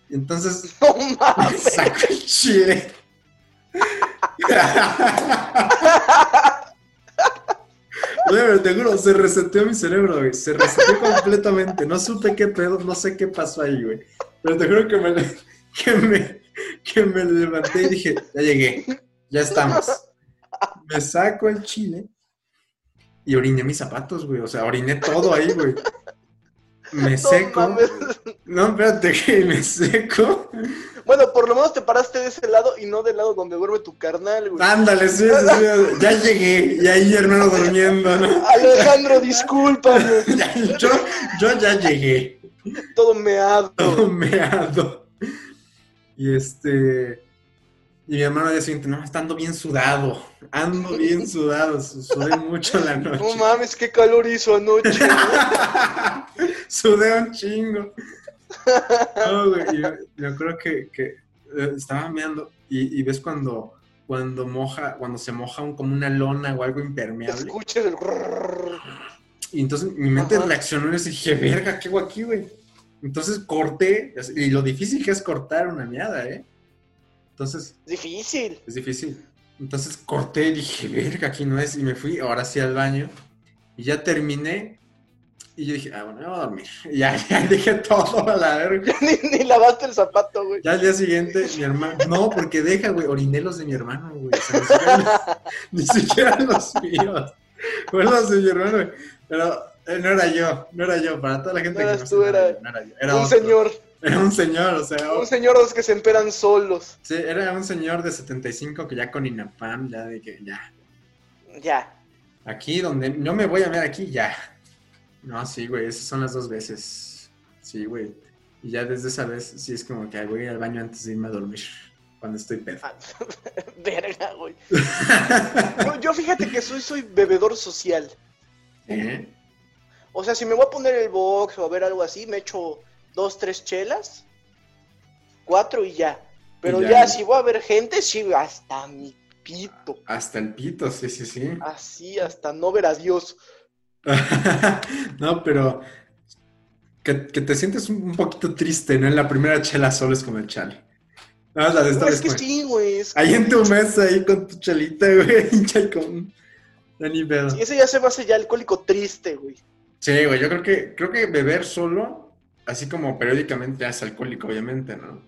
B: Y entonces
A: No
B: me
A: mames.
B: saco el chile. Güey, pero te juro, se reseteó mi cerebro, güey. Se reseteó completamente. No supe qué pedo, no sé qué pasó ahí, güey. Pero te juro que me, le- que me, que me levanté y dije, ya llegué, ya estamos. Me saco el chile y oriné mis zapatos, güey. O sea, oriné todo ahí, güey. me seco.
A: mames.
B: No, espérate, que me seco.
A: Bueno, por lo menos te paraste de ese lado y no del lado donde duerme tu carnal, güey.
B: Ándale, sí, sí, sí, ya llegué. Y ahí, hermano, durmiendo, ¿no?
A: Alejandro, discúlpame.
B: Ya, yo, yo ya llegué.
A: Todo meado.
B: Todo meado. Y este. Y mi hermano decía, no, está ando bien sudado. Ando bien sudado. su- Sudé mucho la noche.
A: No mames, qué calor hizo anoche.
B: Sudé un chingo. No, güey, yo, yo creo que, que, eh, estaba meando y, y ves cuando, cuando moja, cuando se moja un- como una lona o algo impermeable.
A: Escuchas el. grrrr.
B: Y entonces mi mente
A: Ajá.
B: reaccionó y yo dije, verga, ¿qué hago aquí, güey? Entonces corté, y lo difícil que es cortar una meada, ¿eh? Entonces,
A: Difícil.
B: es difícil. Entonces corté y dije, verga, aquí no es. Y me fui, ahora sí al baño. Y ya terminé. Y yo dije, ah, bueno, me voy a dormir. Y ya, ya dije todo a la verga.
A: ni, ni lavaste el zapato, güey.
B: Ya al día siguiente, mi hermano. No, porque deja, güey, oriné los de mi hermano, güey. O sea, ni, siquiera, ni siquiera los míos. Fueron los de mi hermano, güey. Pero eh, no era yo, no era yo. Para toda la gente
A: No
B: que
A: eras
B: sé,
A: tú,
B: era
A: era
B: yo, no era yo. Era
A: un
B: otro.
A: señor.
B: Era un señor, o sea,
A: Un señor de los que se emperan solos.
B: sí, era un señor de 75 que ya con INAPAM, ya de que ya.
A: Ya.
B: Aquí donde no me voy a ver aquí ya. No, sí, güey, esas son las dos veces. Sí, güey. Y ya desde esa vez sí es como que ay, voy a ir al baño antes de irme a dormir cuando estoy pedo.
A: Ah, Verga, güey. Yo, yo fíjate que soy, soy bebedor social.
B: ¿Eh?
A: O sea, si me voy a poner el box o a ver algo así, me echo dos, tres chelas, cuatro y ya. Pero
B: Y ya.
A: ya, si voy a ver gente, sí, hasta mi pito.
B: Hasta el pito, sí, sí, sí.
A: Así, hasta no ver a Dios.
B: no, pero que, que te sientes un un poquito triste, ¿no? En la primera chela solo es como el chale. No, la de esta
A: No, es
B: vez
A: que
B: como-
A: sí, güey. es-
B: Ahí en tu mesa, ahí con tu chelita, güey, hincha y con... Ya ni pedo.
A: Y ese ya se me hace ya alcohólico triste, güey.
B: Sí, güey, yo creo que, creo que beber solo, así como periódicamente ya es alcohólico, obviamente, ¿no?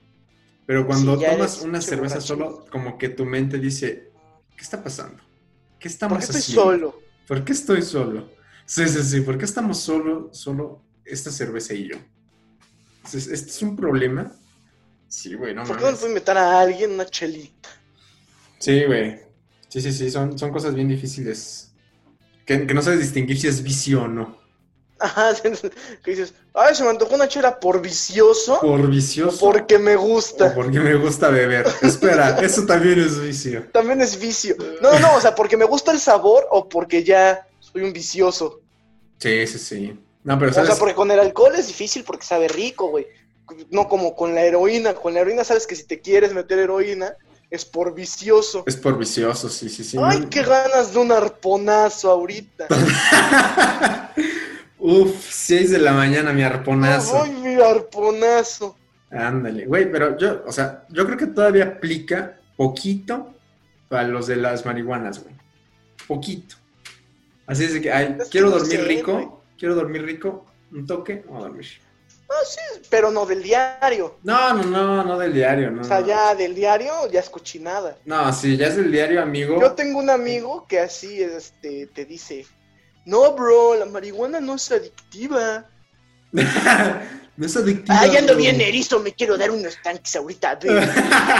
B: Pero cuando
A: Sí, ya
B: tomas
A: eres
B: una
A: pinche
B: cerveza
A: borracho.
B: solo, como que tu mente dice, ¿qué está pasando? ¿Qué
A: ¿Por
B: estamos
A: qué estoy
B: haciendo?
A: solo?
B: ¿Por qué estoy solo? Sí, sí, sí, ¿por qué estamos solo, solo esta cerveza y yo? Entonces, ¿este es un problema? Sí, güey, no
A: ¿Por qué no le
B: mames.
A: puedo invitar a alguien una chelita?
B: Sí, güey. Sí, sí, sí, son, son cosas bien difíciles. Que, que no sabes distinguir si es vicio o no.
A: Ajá, que dices, ay, se me antojó una chela por vicioso
B: Por
A: o
B: vicioso.
A: porque me
B: O
A: gusta.
B: porque me gusta beber. Espera, eso también es vicio.
A: También es vicio. No, no, no, o sea, porque me gusta el sabor o porque ya soy un vicioso.
B: Sí, sí, sí. No, pero
A: O
B: sabes.
A: sea, porque con el alcohol es difícil porque sabe rico, güey. No como con la heroína. Con la heroína sabes que si te quieres meter heroína es por vicioso.
B: Es por vicioso, sí, sí, sí.
A: Ay,
B: No-
A: qué ganas de un arponazo ahorita.
B: Uf, 6 de la mañana, mi arponazo.
A: Ay, mi arponazo.
B: Ándale, güey, pero yo, o sea, yo creo que todavía aplica poquito para los de las marihuanas, güey. Poquito. Así es de que, ay,
A: Es que
B: quiero
A: no
B: dormir
A: sé,
B: rico,
A: güey.
B: quiero dormir rico, un toque, vamos a dormir.
A: Ah, sí, pero no del diario.
B: No, no, no, no del diario, no.
A: O sea,
B: no.
A: ya del diario ya es cochinada.
B: No, sí, ya es del diario, amigo.
A: Yo tengo un amigo que así este, te dice, no, bro, la marihuana no es adictiva.
B: no es adictivo.
A: Ay, ando
B: güey.
A: bien erizo, me quiero dar unos tanques ahorita. ve.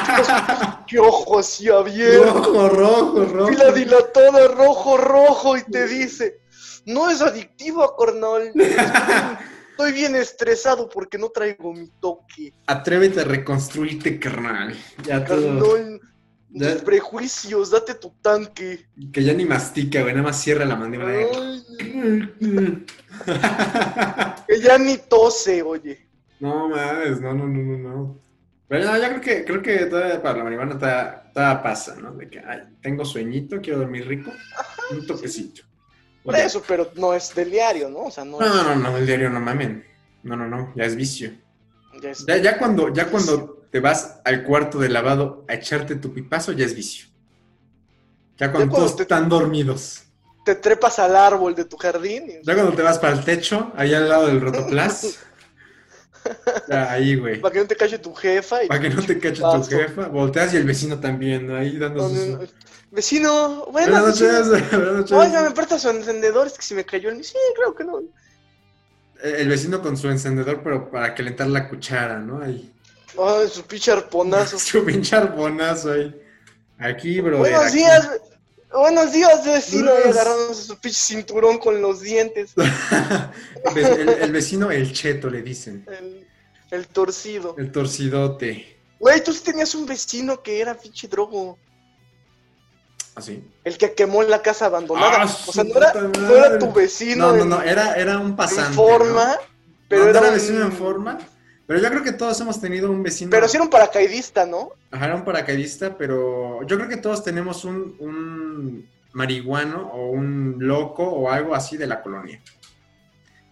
A: ¡Qué ojo así abierto!
B: rojo, rojo, rojo.
A: Pila dilatada, rojo, rojo, y te dice, no es adictiva, carnal. Estoy bien estresado porque no traigo mi toque.
B: Atrévete a reconstruirte, carnal. Ya todo.
A: Carnal,
B: Ya-
A: tus prejuicios, date tu tanque.
B: Que ya ni mastica, güey. Nada más cierra la mandíbula.
A: Ay,
B: no
A: que ya ni tose, oye.
B: mames, no, no, no, no, no. Pero no, yo creo que, creo que todavía para la marihuana todavía, todavía pasa, ¿no? De que, ay, tengo sueñito, quiero dormir rico, un toquecito.
A: Por
B: Oye,
A: eso, pero no es del diario, ¿no? O sea, no
B: No,
A: es...
B: no, no, no, el diario no mamen. No, no, no, ya es vicio.
A: ya es-
B: Ya, ya cuando, ya cuando te vas al cuarto de lavado a echarte tu pipazo, ya es vicio. Ya cuando
A: cuando
B: todos
A: te-
B: están dormidos.
A: Te trepas al árbol de tu jardín. y-
B: Ya cuando te vas para el techo, allá al lado del rotoplas. ya, ahí, güey.
A: Para que no te calle tu jefa. Y...
B: Para que no te cache tu
A: Paso.
B: jefa. Volteas y el vecino también, ¿no? ahí dándose
A: No,
B: su...
A: no, no. Vecino,
B: Buenas
A: buenas
B: noches, buenas noches.
A: Oiga, me presta su encendedor, es que se me cayó el mío. Sí, creo que no.
B: Eh, El vecino con su encendedor, pero para calentar la cuchara, ¿no? Ahí.
A: Ay, su pinche arponazo.
B: Su pinche arbonazo ahí. Aquí, bro.
A: buenos
B: aquí.
A: días, buenos días, vecino.
B: Buenos-
A: Y agarramos su pinche cinturón con los dientes.
B: el, el vecino, el cheto, le dicen.
A: El, el torcido.
B: El torcidote.
A: Güey, tú sí tenías un vecino que era pinche drogo.
B: Así.
A: El que quemó la casa abandonada.
B: Ah,
A: o sea,
B: su
A: no era,
B: puta
A: no era
B: madre.
A: tu vecino
B: No, no,
A: en-
B: no, era, era un
A: en,
B: pasante.
A: forma,
B: ¿no?
A: pero
B: No, no
A: era, un-
B: vecino en forma. Pero yo creo que todos hemos tenido un vecino.
A: Pero sí era un paracaidista, ¿no?
B: Ajá, era un paracaidista, pero yo creo que todos tenemos un, un marihuano o un loco o algo así de la colonia.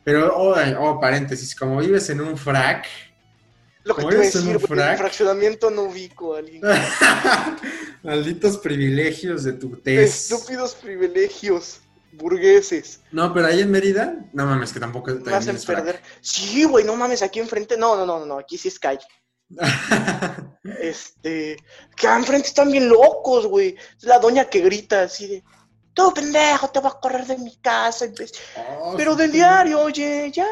B: Pero, oh, ay, oh, paréntesis, como vives en un frac,
A: Lo que
B: Como
A: te iba a
B: eres un
A: decir, güey,
B: frac.
A: en fraccionamiento no ubico a alguien.
B: malditos privilegios de tu test.
A: Estúpidos privilegios burgueses.
B: No, pero ahí en Mérida, no mames, que tampoco
A: Me
B: también
A: hacen
B: es frac.
A: perder. Sí, güey, no mames, aquí enfrente. No, no, no, no, aquí sí es calle. Este. Que enfrente están bien locos, güey. Es la doña que grita así de. Tú, pendejo, te vas a correr de mi casa. imbécil".
B: Oh,
A: Pero
B: sí,
A: del
B: sí.
A: diario, oye, ya.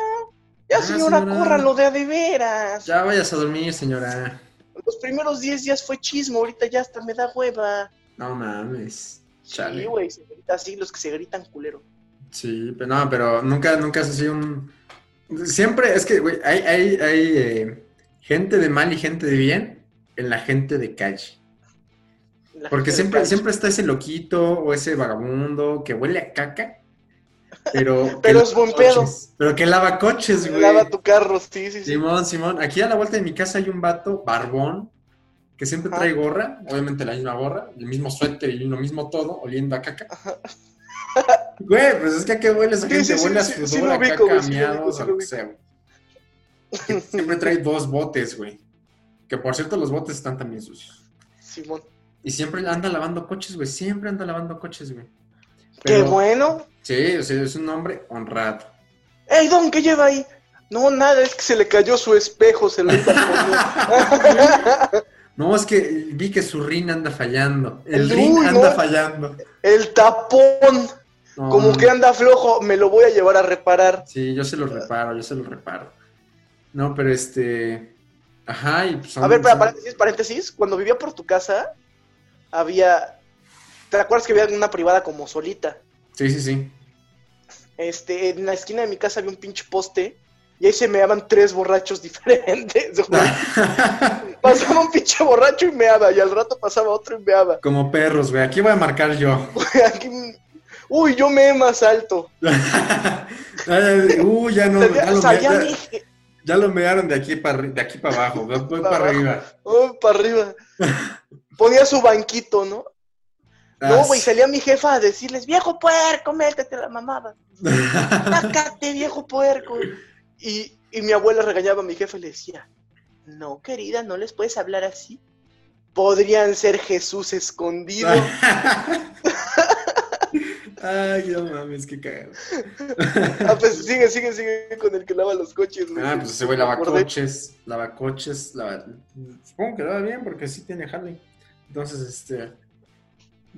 A: Ya,
B: Ya,
A: señora,
B: Ah, señora.
A: córralo de a de veras.
B: Ya vayas a dormir, señora.
A: Los primeros 10 días fue chismo, ahorita ya hasta me da hueva.
B: No mames. Chale.
A: Sí, güey, se grita así, los que se gritan culero.
B: Sí, pero no, pero nunca, nunca has sido un. Siempre, es que, güey, hay, hay, hay eh, gente de mal y gente de bien en la gente de calle.
A: La
B: Porque
A: gente
B: siempre,
A: del
B: siempre está ese loquito o ese vagabundo que huele a caca, pero.
A: Pero
B: que
A: es buen
B: lava
A: pedo.
B: coches, Pero que lava coches,
A: calle.
B: güey.
A: Lava tu carro, sí, sí, sí.
B: Simón, Simón. Aquí a la vuelta de mi casa hay un vato, barbón, que siempre
A: Ajá.
B: trae gorra, obviamente la misma gorra, el mismo suéter y lo mismo todo, oliendo a caca. Güey, pues es que a qué huele esa
A: Sí,
B: gente,
A: sí, sí,
B: huele a
A: sí,
B: sudor,
A: sí lo
B: a
A: ubico,
B: caca,
A: güey,
B: a
A: sí lo ubico,
B: miados,
A: sí
B: a
A: lo
B: lo que
A: ubico.
B: sea, güey. Que Siempre trae dos botes, güey. Que por cierto, los botes están también sucios.
A: Simón.
B: Y siempre anda lavando coches, güey. Siempre anda lavando coches, güey.
A: Qué
B: Pero-
A: bueno.
B: Sí, o sea, es un hombre honrado.
A: ¡Ey, Don, qué lleva ahí! No, nada, es que se le cayó su espejo, se lo iba a poner.
B: No, es que vi que su rin anda fallando. El
A: Uy,
B: rin anda
A: no.
B: fallando.
A: El tapón,
B: No,
A: como que anda flojo, me lo voy a llevar a reparar.
B: Sí, yo se los reparo, yo se los reparo. No, pero este. Ajá, y pues.
A: A ver, para
B: son-
A: paréntesis, paréntesis, cuando vivía por tu casa, había... ¿Te acuerdas que había una privada como solita?
B: Sí, sí, sí.
A: Este, en la esquina de mi casa había un pinche poste y ahí se meaban tres borrachos diferentes. güey. pasaba un pinche borracho y meaba, y al rato pasaba otro y meaba.
B: Como perros, güey. Aquí voy a marcar yo.
A: Güey, aquí- Uy, yo me más alto.
B: Uh, ya no. Ya
A: o
B: lo,
A: sea,
B: me-
A: ya
B: ya-
A: me-
B: ya lo mearon de aquí para de aquí para abajo. Voy, voy para
A: abajo.
B: arriba.
A: Oh, para arriba. Ponía su banquito, ¿no?
B: Ah,
A: No, güey, salía mi jefa a decirles, viejo puerco, métete la mamada. Sácate, viejo puerco. Y, y mi abuela regañaba a mi jefa y le decía, no, querida, no les puedes hablar así. Podrían ser Jesús escondido.
B: Ay, no mames, qué cagado.
A: Ah, pues sigue, sigue, sigue con el que lava los coches, güey.
B: Ah, pues ese güey lava
A: Acordé.
B: coches, lava coches, lava... Supongo que lava bien porque sí tiene Harley. Entonces, este...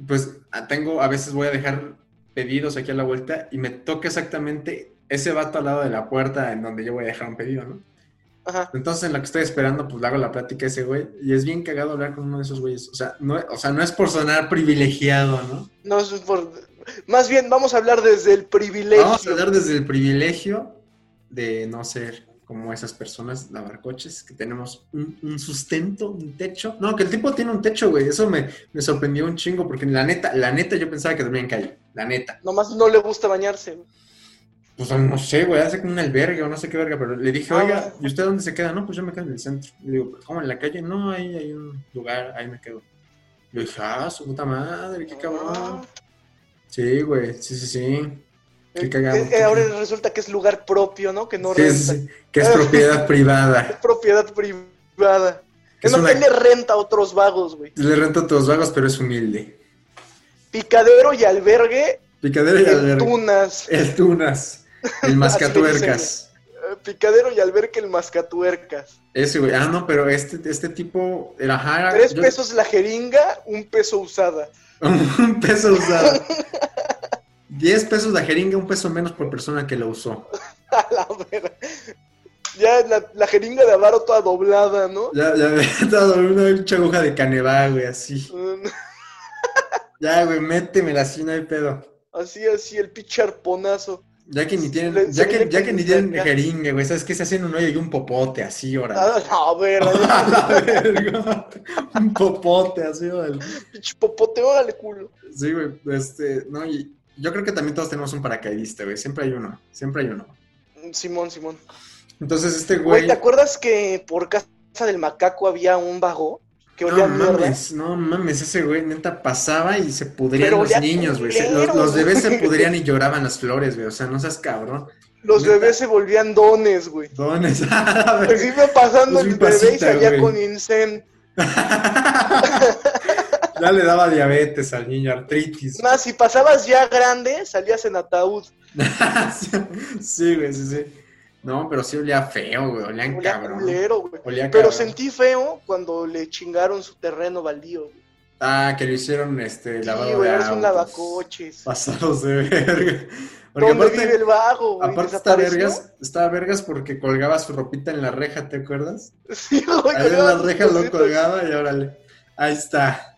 B: Pues a- tengo, a veces voy a dejar pedidos aquí a la vuelta y me toca exactamente ese vato al lado de la puerta en donde yo voy a dejar un pedido, ¿no?
A: Ajá.
B: Entonces, en lo que estoy esperando, pues le hago la plática a ese güey y es bien cagado hablar con uno de esos güeyes. O sea, no, o sea, no es por sonar privilegiado, ¿no?
A: No, eso es por... Más bien, vamos a hablar desde el privilegio.
B: Vamos a hablar desde el privilegio de no ser como esas personas lavar coches, que tenemos un, un sustento, un techo. No, que el tipo tiene un techo, güey. Eso me, me sorprendió un chingo, porque la neta, la neta yo pensaba que dormía en calle. La neta.
A: Nomás no le gusta bañarse. güey.
B: Pues no sé, güey, hace como un albergue o no sé qué verga, pero le dije,
A: Ah,
B: oiga,
A: bueno.
B: ¿y usted dónde se queda? No, pues yo me quedo en el centro. Le digo, "¿Pero ¿cómo en la calle? No, ahí hay un lugar, ahí me quedo. Le dije, ah, su puta madre, qué
A: Ah,
B: cabrón. Sí, güey, sí, sí, sí. Qué
A: Eh,
B: cagado.
A: eh, ahora resulta que es lugar propio, ¿no? Que no
B: que,
A: renta.
B: es, que es propiedad privada.
A: Es propiedad privada.
B: Que
A: Que
B: es
A: no
B: una-
A: tiene renta a otros vagos, güey.
B: Le renta a todos vagos, pero es humilde.
A: Picadero y albergue
B: Picadero y
A: en
B: albergue.
A: Eh, Tunas.
B: El Tunas. El Mascatuercas.
A: Eh, Picadero y albergue el Mascatuercas.
B: Ese güey. Ah, no, pero este, este tipo era ajá, era-
A: Tres
B: Ah, yo-
A: pesos la jeringa, un peso usada.
B: Un peso usado. Diez pesos la jeringa, un peso menos por persona que lo usó.
A: A la verga. Ya la, la jeringa de avaro toda doblada, ¿no?
B: Ya, ya me he dado una pinche aguja de canevá, güey, así.
A: Mm,
B: Ya, güey, métemela así, no hay pedo.
A: Así, así, el pinche arponazo.
B: Ya que ni
A: Le-
B: tienen,
A: se
B: ya
A: le
B: que, ya que ni tienen
A: acá. Ah,
B: jeringa, güey, ¿sabes qué? Se hacen un hoyo y un popote, así, ahora.
A: A la verga.
B: A la verga. un popote, así, órale.
A: Pinche popote, órale, culo.
B: Sí, güey, este, no, y yo creo que también todos tenemos un paracaidista, güey, siempre hay uno, siempre hay uno.
A: Mm, Simón, Simón.
B: Entonces este
A: Güey,
B: güey...
A: ¿te acuerdas que por casa del macaco había un vago que olía
B: No
A: a mierda?
B: mames, no mames, ese güey neta pasaba y se pudrían
A: Pero olía
B: los niños, güey. se- Los,
A: culero,
B: los bebés se
A: güey.
B: pudrían y lloraban las flores, güey. O sea, no seas cabrón.
A: Los
B: Neta.
A: bebés se volvían dones, güey.
B: Dones. a la
A: Pues
B: verga.
A: iba pasando
B: Es
A: el
B: un
A: bebé y
B: pasita,
A: salía
B: güey.
A: con incen.
B: ya le daba diabetes al niño, artritis.
A: Más, si pasabas ya grande, salías en ataúd.
B: sí, güey, sí, sí. No, pero sí olía feo, güey. Olían
A: Olía
B: cabrón.
A: culero, güey.
B: Olía
A: Pero
B: cabrón.
A: sentí feo cuando le chingaron su terreno baldío. güey.
B: Ah, que lo hicieron este lavado
A: Sí, güey,
B: de
A: ahora es un
B: autos.
A: lavacoches.
B: Pasados de verga. Ah, Porque
A: ¿Dónde
B: aparte-
A: vive el vago, güey?
B: Aparte está
A: ¿Desapareció?
B: vergas, está vergas porque colgaba su ropita en la reja, ¿te acuerdas?
A: Sí, güey.
B: Ahí en
A: colgaba
B: la
A: sus
B: reja lo
A: cositas.
B: colgaba y órale. Ahí está.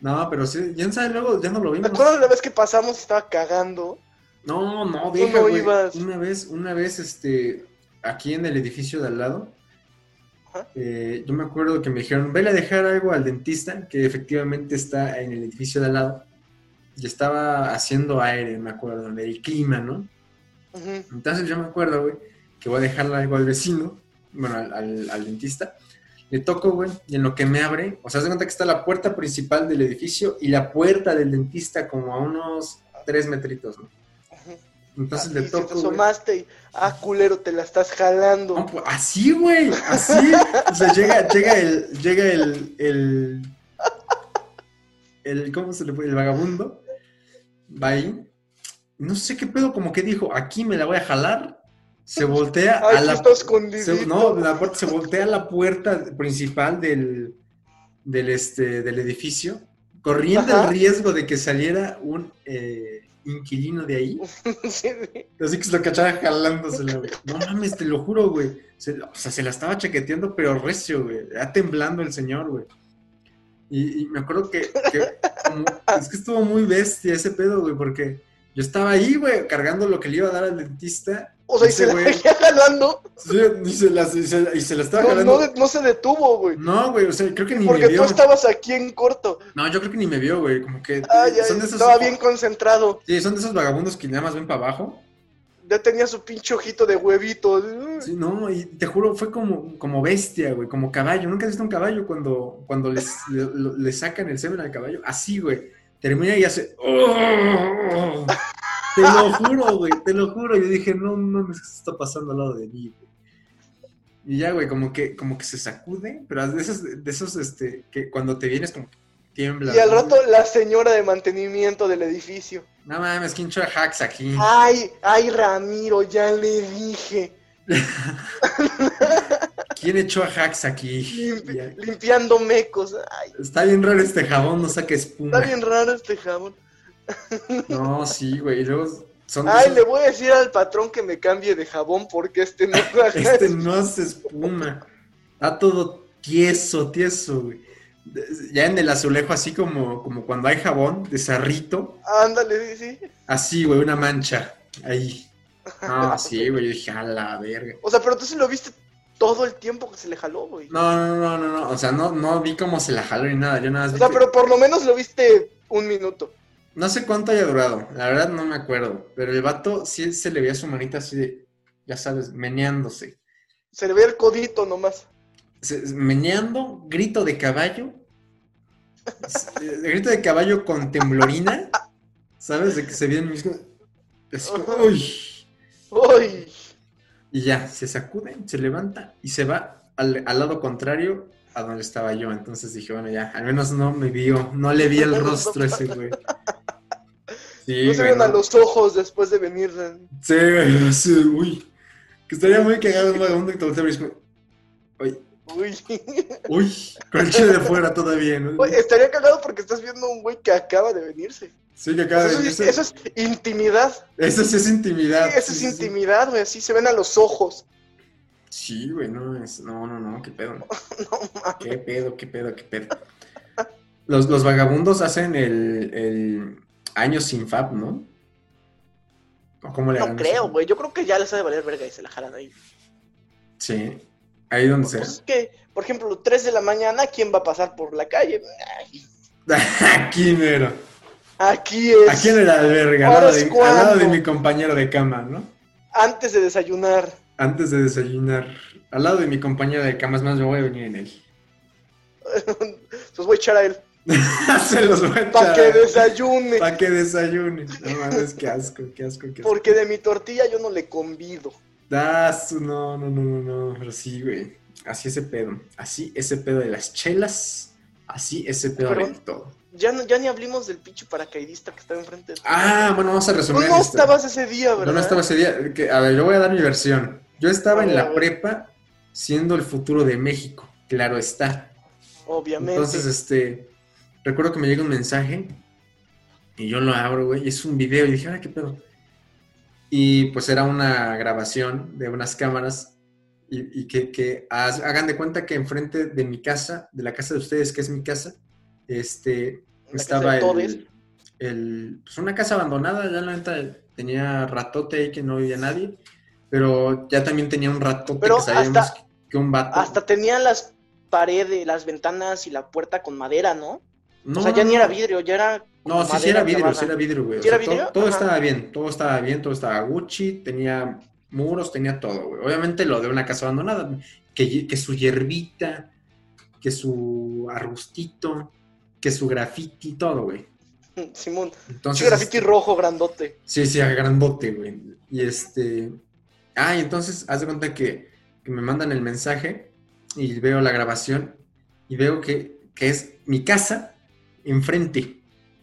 B: No, pero sí, ya sabes, luego ya no lo
A: ¿Te
B: vimos.
A: acuerdas la vez que pasamos y estaba cagando?
B: No, no, deja,
A: no
B: güey.
A: ibas.
B: Una vez, una vez, este, aquí en el edificio de al lado,
A: Ajá.
B: eh, yo me acuerdo que me dijeron, vele a dejar algo al dentista, que efectivamente está en el edificio de al lado. Y estaba haciendo aire, me acuerdo, en el clima, ¿no?
A: Ujú.
B: Entonces yo me acuerdo, güey, que voy a dejarle algo al vecino, bueno, al, al- al dentista. Le toco, güey, y en lo que me abre, o sea, haz de cuenta que está la puerta principal del edificio y la puerta del dentista como a unos tres metritos, ¿no?
A: Ujú.
B: Entonces
A: Ah, Y
B: le
A: si
B: toco,
A: te
B: güey.
A: asomaste y, ah, culero, te la estás jalando.
B: No, pues, así, güey, así. O sea, llega, llega el, llega el, el, el, ¿cómo se le puede? El vagabundo. Va ahí. No sé qué pedo, como que dijo, aquí me la voy a jalar. Se voltea
A: Ay,
B: a
A: sí
B: la...
A: está escondidito.
B: se- no, la puerta- se voltea a la puerta principal del, del, este, del edificio, corriendo
A: Ajá.
B: el riesgo de que saliera un eh, inquilino de ahí.
A: Sí, sí.
B: Así que se lo cachaba jalándosela, güey. No mames, te lo juro, güey. Se la- o sea, se la estaba chaqueteando, pero recio, güey. Ya temblando el señor, güey. Y, y me acuerdo que, que como- es que estuvo muy bestia ese pedo, güey, porque yo estaba ahí, güey, cargando lo que le iba a dar al dentista.
A: O sea, y se
B: Ese
A: la
B: güey-
A: seguía jalando.
B: Sí, y, se la, y se la- y se la estaba
A: No, no,
B: jalando.
A: de- no se detuvo, güey.
B: No, güey, o sea, creo que ni
A: Porque
B: me vio.
A: tú estabas aquí en corto.
B: No, yo creo que ni me vio, güey. Como que
A: Ah, ya,
B: son de esos.
A: estaba bien concentrado.
B: Sí, son de esos vagabundos que nada más ven para abajo.
A: Ya tenía su pinche ojito de huevito.
B: Sí, no, y te juro, fue como, como bestia, güey, como caballo. ¿Nunca has visto un caballo cuando, cuando les, le, lo- le sacan el semen al caballo? Así, güey. Termina y hace... "Oh". Te lo juro, güey, te lo juro. Yo dije, no mames, ¿qué se está pasando al lado de mí, güey? Y ya, güey, como que, como que se sacude, pero de esos, de esos, este, que cuando te vienes como que tiembla.
A: Y al
B: ¿no?
A: rato la señora de mantenimiento del edificio.
B: No mames, ¿quién trae hacks aquí?
A: Ay, ay, Ramiro, ya le dije.
B: ¿Quién echó a hacks aquí?
A: Limpi-
B: Ya.
A: Limpiando mecos. Ay,
B: Está bien raro este jabón, no saca espuma.
A: está bien raro este jabón.
B: No, sí, güey. y Luego son de
A: Ay,
B: esos-
A: le voy a decir al patrón que me cambie de jabón porque este no da
B: Este no hace espuma. Está todo tieso, tieso, güey. De- Ya en el azulejo, así como, como cuando hay jabón de sarrito,
A: Ándale, sí, sí.
B: así, güey, una mancha ahí. No, sí, güey. Yo dije, a la verga.
A: O sea, pero tú sí lo viste todo el tiempo que se le jaló, güey.
B: No, no, no, no, no. O sea, no, no vi cómo se la jaló ni nada. Yo nada más
A: O
B: vi
A: sea,
B: que-
A: pero por lo menos lo viste un minuto.
B: No sé cuánto haya durado, la verdad no me acuerdo, pero el vato sí se le veía su manita así de, ya sabes, meneándose.
A: Se le ve el codito nomás.
B: Se- meneando, grito de caballo, s- eh, grito de caballo con temblorina, ¿sabes? De que se viene mismo. así como,
A: Ajá.
B: "Uy".
A: ¡Uy!
B: Y ya, se sacude, se levanta y se va al, al lado contrario a donde estaba yo. Entonces dije, bueno, ya, al menos no me vio, no le vi el rostro a ese güey. Sí,
A: No se
B: güey,
A: ven
B: no.
A: a los ojos después de venir. ¿no?
B: Sí, güey, así, uy. Que estaría muy cagado un vagabundo que te voltea a ver y es como, oye,
A: Uy.
B: Uy, con el chile de fuera todavía, ¿no?
A: Oye, estaría cagado porque estás viendo a un güey que acaba de venirse.
B: Sí, que acaba de
A: eso, es,
B: venirse.
A: eso es intimidad.
B: Eso sí es intimidad.
A: Sí, eso es
B: sí, sí.
A: intimidad, güey. Así se ven a los ojos.
B: Sí, güey, no, es, no, no, no, qué pedo.
A: No mames.
B: Qué pedo, qué pedo, qué pedo. Los, los vagabundos hacen el, el año sin FAP, ¿no? ¿O cómo le
A: No
B: harán
A: creo,
B: eso?
A: güey. Yo creo que ya les ha de valer verga y se la jalan ahí.
B: Sí, ahí donde se...
A: Pues es que, por ejemplo, 3 de la mañana, ¿quién va a pasar por la calle? Ay,
B: Aquí mero.
A: Aquí es.
B: Aquí en el albergue, al
A: ¿Ahora
B: lado,
A: es
B: de, al lado de
A: cuándo?
B: mi compañero de cama, ¿no?
A: Antes de desayunar.
B: Antes de desayunar, al lado de mi compañero de cama, es más, me voy a venir en él.
A: Los voy a echar a él.
B: se los voy a
A: Para que
B: echar.
A: desayune.
B: Para que desayune. No mames, qué asco, qué asco, qué asco.
A: Porque de mi tortilla yo no le convido.
B: Ah, su- no, no, no, no, no, pero sí, güey. Así ese pedo. Así ese pedo de las chelas. Así ese pedo
A: Pero-
B: de todo.
A: Ya, no- ya ni hablamos del pinche paracaidista que estaba enfrente de
B: Ah, bueno, vamos a
A: Tú
B: resumir.
A: no
B: esto.
A: estabas ese día,
B: Yo
A: ¿verdad?
B: no estaba ese día. que- a ver, yo voy a dar mi versión. Yo estaba
A: A
B: en
A: ver, a
B: la
A: ver.
B: prepa siendo el futuro de México. Claro está.
A: Obviamente.
B: Entonces, este, recuerdo que me llega un mensaje y yo lo abro, güey, y es un video y dije, ah, qué pedo. Y pues era una grabación de unas cámaras y, y que, que haz- hagan de cuenta que enfrente de mi casa, de la casa de ustedes, que es mi casa, este,
A: La casa
B: estaba
A: de todes.
B: el, el- pues una casa abandonada, ya la neta tenía ratote ahí que no vivía nadie, pero ya también tenía un ratote
A: Pero
B: que sabíamos
A: hasta-
B: que un vato...
A: Hasta tenía las paredes, las ventanas y la puerta con madera, ¿no?
B: No,
A: o sea, ya
B: no,
A: ni era
B: no.
A: vidrio, ya era.
B: No, sí, sí
A: madera
B: era vidrio,
A: clavada.
B: sí era vidrio, güey. O
A: ¿Sí era
B: sea, to-
A: vidrio?
B: Todo,
A: Ajá.
B: estaba bien, todo estaba bien, todo estaba Gucci, tenía muros, tenía todo, güey. Obviamente lo de una casa abandonada, que, ye- que su hierbita, que su arbustito, que su graffiti, todo, güey.
A: Simón.
B: Entonces,
A: Pinche graffiti
B: este,
A: rojo grandote.
B: Sí, sí, a grandote, güey. Y este. Ah, y entonces, haz de cuenta que, que me mandan el mensaje y veo la grabación y veo que, que es mi casa enfrente.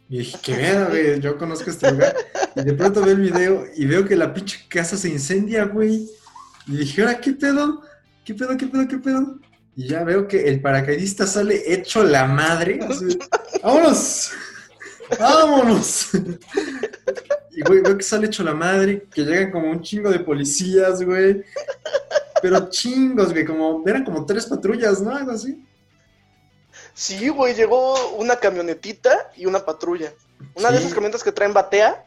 B: Y dije, qué mierda, güey, yo conozco este lugar. Y de pronto veo el video y veo que la pinche casa se incendia, güey. Y dije, ahora, ¿qué pedo? ¿Qué pedo, qué pedo, qué pedo? Y ya veo que el paracaidista sale hecho la madre. así, ¡Vámonos! ¡Vámonos! Y, güey, veo que sale hecho la madre, que llegan como un chingo de policías, güey. Pero chingos, güey, como, eran como tres patrullas, ¿no? Algo así.
A: Sí, güey, llegó una camionetita y una patrulla. Una de
B: Sí.
A: esas camionetas que traen batea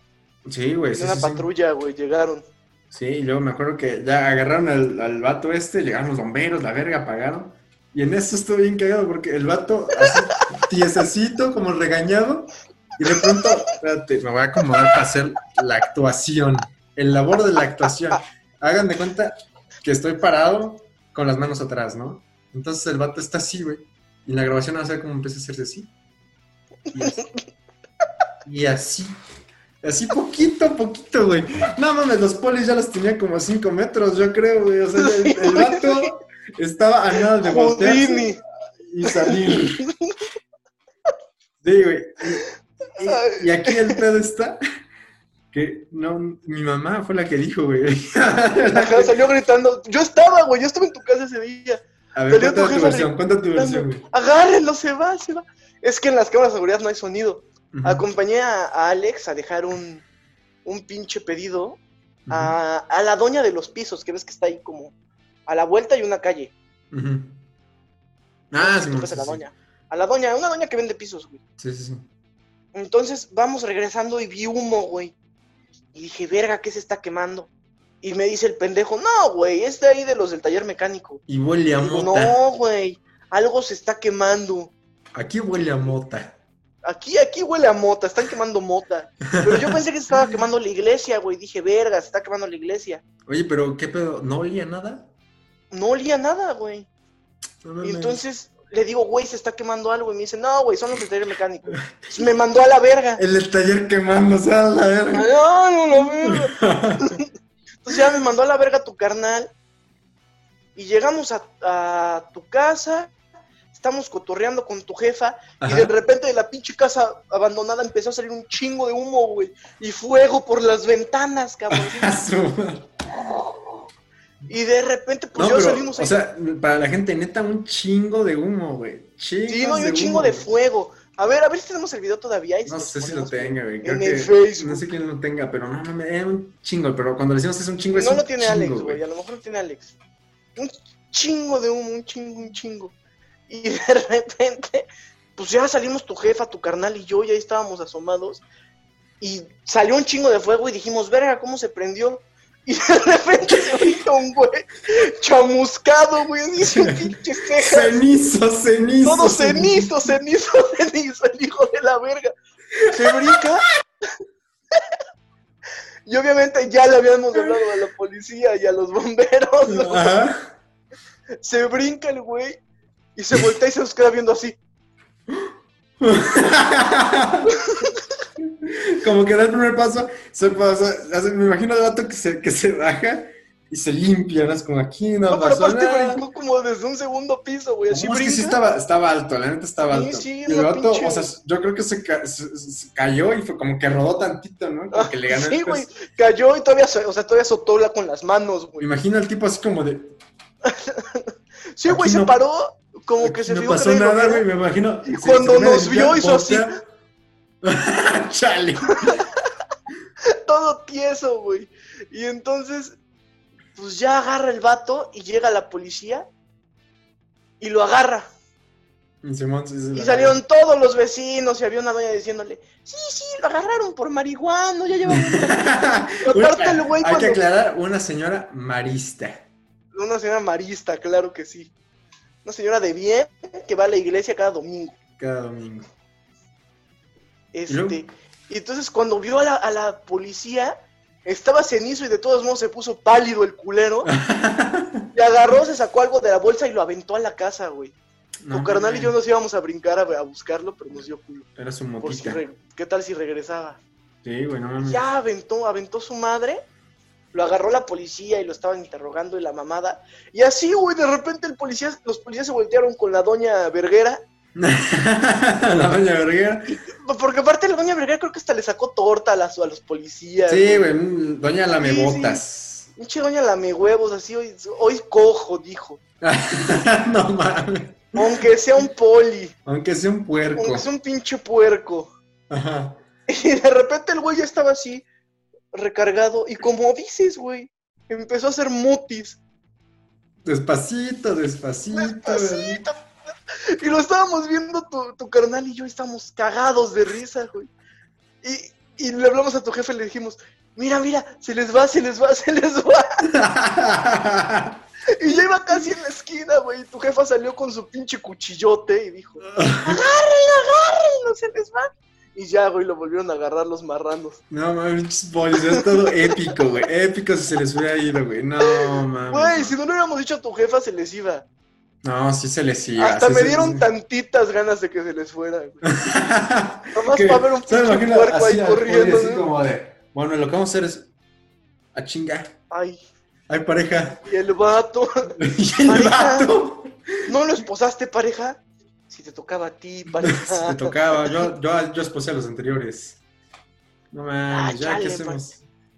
B: Sí, güey,
A: y
B: sí,
A: una
B: sí, sí.
A: patrulla, güey, llegaron.
B: Sí, y luego me acuerdo que ya agarraron al, al vato este, llegaron los bomberos, la verga, apagaron. Y en eso estuve bien cagado porque el vato así, tiesecito, como regañado. Y de pronto, espérate, me voy a acomodar para hacer la actuación, el labor de la actuación. Hagan de cuenta que estoy parado con las manos atrás, ¿no? Entonces el vato está así, güey. Y la grabación hace como empieza a hacerse así. Y así. Y así. Así poquito a poquito, güey. No mames, los polis ya los tenía como a 5 metros, yo creo, güey. O sea, el, el vato estaba a nada de voltear
A: Houdini.
B: y salir. Sí, güey. Y- y- Y, aquí el pedo está. Que no, mi mamá fue la que dijo, güey.
A: Ajá, salió gritando. Yo estaba, güey, yo estaba en tu casa ese día.
B: A ver,
A: Salió tu
B: cuéntame tu
A: jefa
B: versión, cuéntame tu versión, güey.
A: Agárrenlo, se va, se va. Es que en las cámaras de seguridad no hay sonido.
B: Ujú,
A: Acompañé a, a Alex a dejar un, un pinche pedido
B: ujú,
A: a, a la doña de los pisos, que ves que está ahí como a la vuelta y una calle.
B: ujú. Ah, sí,
A: Tú
B: sí,
A: ves a
B: sí,
A: la
B: sí.
A: doña. A la doña, una doña que vende pisos, güey.
B: Sí, sí, sí.
A: Entonces vamos regresando y vi humo, güey. Y dije, verga, ¿qué se está quemando? Y me dice el pendejo, no, güey, es de ahí de los del taller mecánico.
B: Y huele a
A: Digo,
B: mota.
A: no, güey, algo se está quemando.
B: Aquí huele a mota.
A: Aquí, aquí huele a mota, están quemando mota. Pero yo pensé que se estaba quemando la iglesia, güey. Dije, verga, se está quemando la iglesia.
B: Oye, pero ¿qué pedo? ¿No olía nada?
A: No olía nada, güey.
B: No
A: Y
B: mames.
A: entonces le digo, güey, se está quemando algo. Y me dice, no, güey, son los del taller mecánico. Me mandó a la verga.
B: El del taller quemándose a la verga.
A: No, no, la verga. Entonces ya me mandó a la verga tu carnal. Y llegamos a, a tu casa. Estamos cotorreando con tu jefa.
B: Ajá.
A: Y de repente de la pinche casa abandonada empezó a salir un chingo de humo, güey. Y fuego por las ventanas, cabrón.
B: A su madre.
A: Y de repente, pues
B: No,
A: yo
B: pero,
A: salimos
B: o sea, para la gente neta, un chingo de humo, güey. Chingos
A: Sí, no, y
B: de
A: un chingo
B: humo,
A: de
B: güey.
A: fuego. A ver, a ver si tenemos el video todavía. ahí
B: No
A: se
B: sé si lo
A: ponemos,
B: tenga, güey. Creo
A: En
B: que-
A: el Facebook.
B: No sé quién lo tenga, pero no, no me era un chingo. Pero cuando le decimos que es un chingo, es
A: No
B: un
A: lo tiene
B: chingo,
A: Alex, güey. A lo mejor lo tiene Alex. Un chingo de humo, un chingo, un chingo. Y de repente, pues ya salimos tu jefa, tu carnal y yo, y ahí estábamos asomados. Y salió un chingo de fuego y dijimos, verga, ¿cómo se prendió? Y de repente se oía un güey chamuscado, güey. Dice, pinche cejas.
B: Cenizo, cenizo.
A: Todo cenizo, cenizo, cenizo, el hijo de la verga. Se brinca. Y obviamente ya le habíamos hablado a la policía y a los bomberos. ¿no?
B: Ah, Ajá.
A: Se brinca el güey y se voltea y se nos queda viendo así.
B: Como que da el primer paso, se pasa, hace- me imagino el vato que se, que se baja y se limpia, ¿no? Es como aquí, no,
A: No, pero
B: pasó
A: aparte
B: nada.
A: brincó como desde un segundo piso, güey. Así
B: No, es que
A: brinca.
B: sí estaba, estaba alto, la neta estaba
A: Sí,
B: alto.
A: sí,
B: y el
A: era
B: vato,
A: pinche-
B: o sea, yo creo que se, ca- se- se cayó y fue como que rodó tantito, ¿no? Como que le ganó
A: Ah, Sí,
B: el
A: güey.
B: peso.
A: Cayó y todavía, so- o sea, todavía sotóla con las manos,
B: Me
A: güey.
B: imagino al tipo así como de,
A: Sí, güey,
B: Aquí
A: se
B: no-
A: paró como que se
B: no
A: dio
B: pasó
A: crédito,
B: nada,
A: ¿no?
B: güey, me imagino.
A: Y cuando
B: termina de
A: nos vio,
B: limpiar,
A: hizo así.
B: voltea. Chale.
A: todo tieso, güey. Y entonces, pues ya agarra el vato y llega la policía y lo agarra.
B: Y Simón se hizo
A: Y
B: la-
A: salieron todos los vecinos y había una doña diciéndole, sí, sí, lo agarraron por marihuano, ya llevamos Aparte el güey
B: Hay que
A: cuando-
B: aclarar, una señora marista.
A: una señora marista, claro que sí. Una señora de bien que va a la iglesia cada domingo.
B: Cada domingo.
A: Este,
B: ¿Y luego?
A: y entonces cuando vio a la, a la policía, estaba cenizo y de todos modos se puso pálido el culero. y agarró, se sacó algo de la bolsa y lo aventó a la casa, güey.
B: No,
A: tu carnal y
B: mames.
A: yo nos íbamos a brincar a, a buscarlo, pero nos dio culo.
B: Era su
A: Por si
B: motita.
A: re- ¿Qué tal si regresaba?
B: Sí, güey, no mames.
A: Ya aventó, aventó su madre, lo agarró la policía y lo estaban interrogando y la mamada. Y así, güey, de repente el policía, los policías se voltearon con la doña Verguera.
B: la doña Verguera.
A: Porque aparte la doña Verguera creo que hasta le sacó torta a, las- a los policías.
B: Sí, güey, mm, doña Lamebotas.
A: Pinche doña lame huevos, así hoy, hoy cojo, dijo.
B: no mames.
A: Aunque sea un poli,
B: Aunque sea un puerco.
A: aunque sea un pinche puerco.
B: Ajá.
A: Y de repente el güey ya estaba así, recargado, y como dices, güey, empezó a hacer mutis.
B: Despacito, despacito.
A: Despacito. Y lo estábamos viendo tu, tu carnal y yo, y estábamos cagados de risa, güey. Y, y le hablamos a tu jefe y le dijimos, mira, mira, se les va, se les va, se les va. Y ya iba casi en la esquina, güey, y tu jefa salió con su pinche cuchillote y dijo, ¡Ay, no se les va! Y ya, güey, lo volvieron a agarrar los marranos.
B: No mames, policías, todo épico, güey. Épico si se les hubiera ido, güey. Ah, No mames.
A: Güey, si no le hubiéramos dicho a tu jefa, se les iba.
B: No, sí se les iba.
A: Hasta
B: sí
A: me
B: se-
A: dieron
B: sí.
A: tantitas ganas de que se les fuera. güey. Nomás
B: Que-
A: para ver un
B: ¿sabes?
A: pinche
B: Imagina
A: puerco
B: así
A: ahí
B: al poli,
A: corriendo.
B: así
A: ¿no?
B: como de, bueno, lo que vamos a hacer es a chingar.
A: Ay,
B: Hay pareja.
A: y el vato.
B: y el
A: Pareja.
B: vato.
A: ¿No lo esposaste, pareja? Si te tocaba a ti,
B: Se
A: pareja.
B: me tocaba. Yo, yo, yo esposé a los anteriores. No mames,
A: Ah,
B: ya,
A: chale,
B: ¿qué hacemos?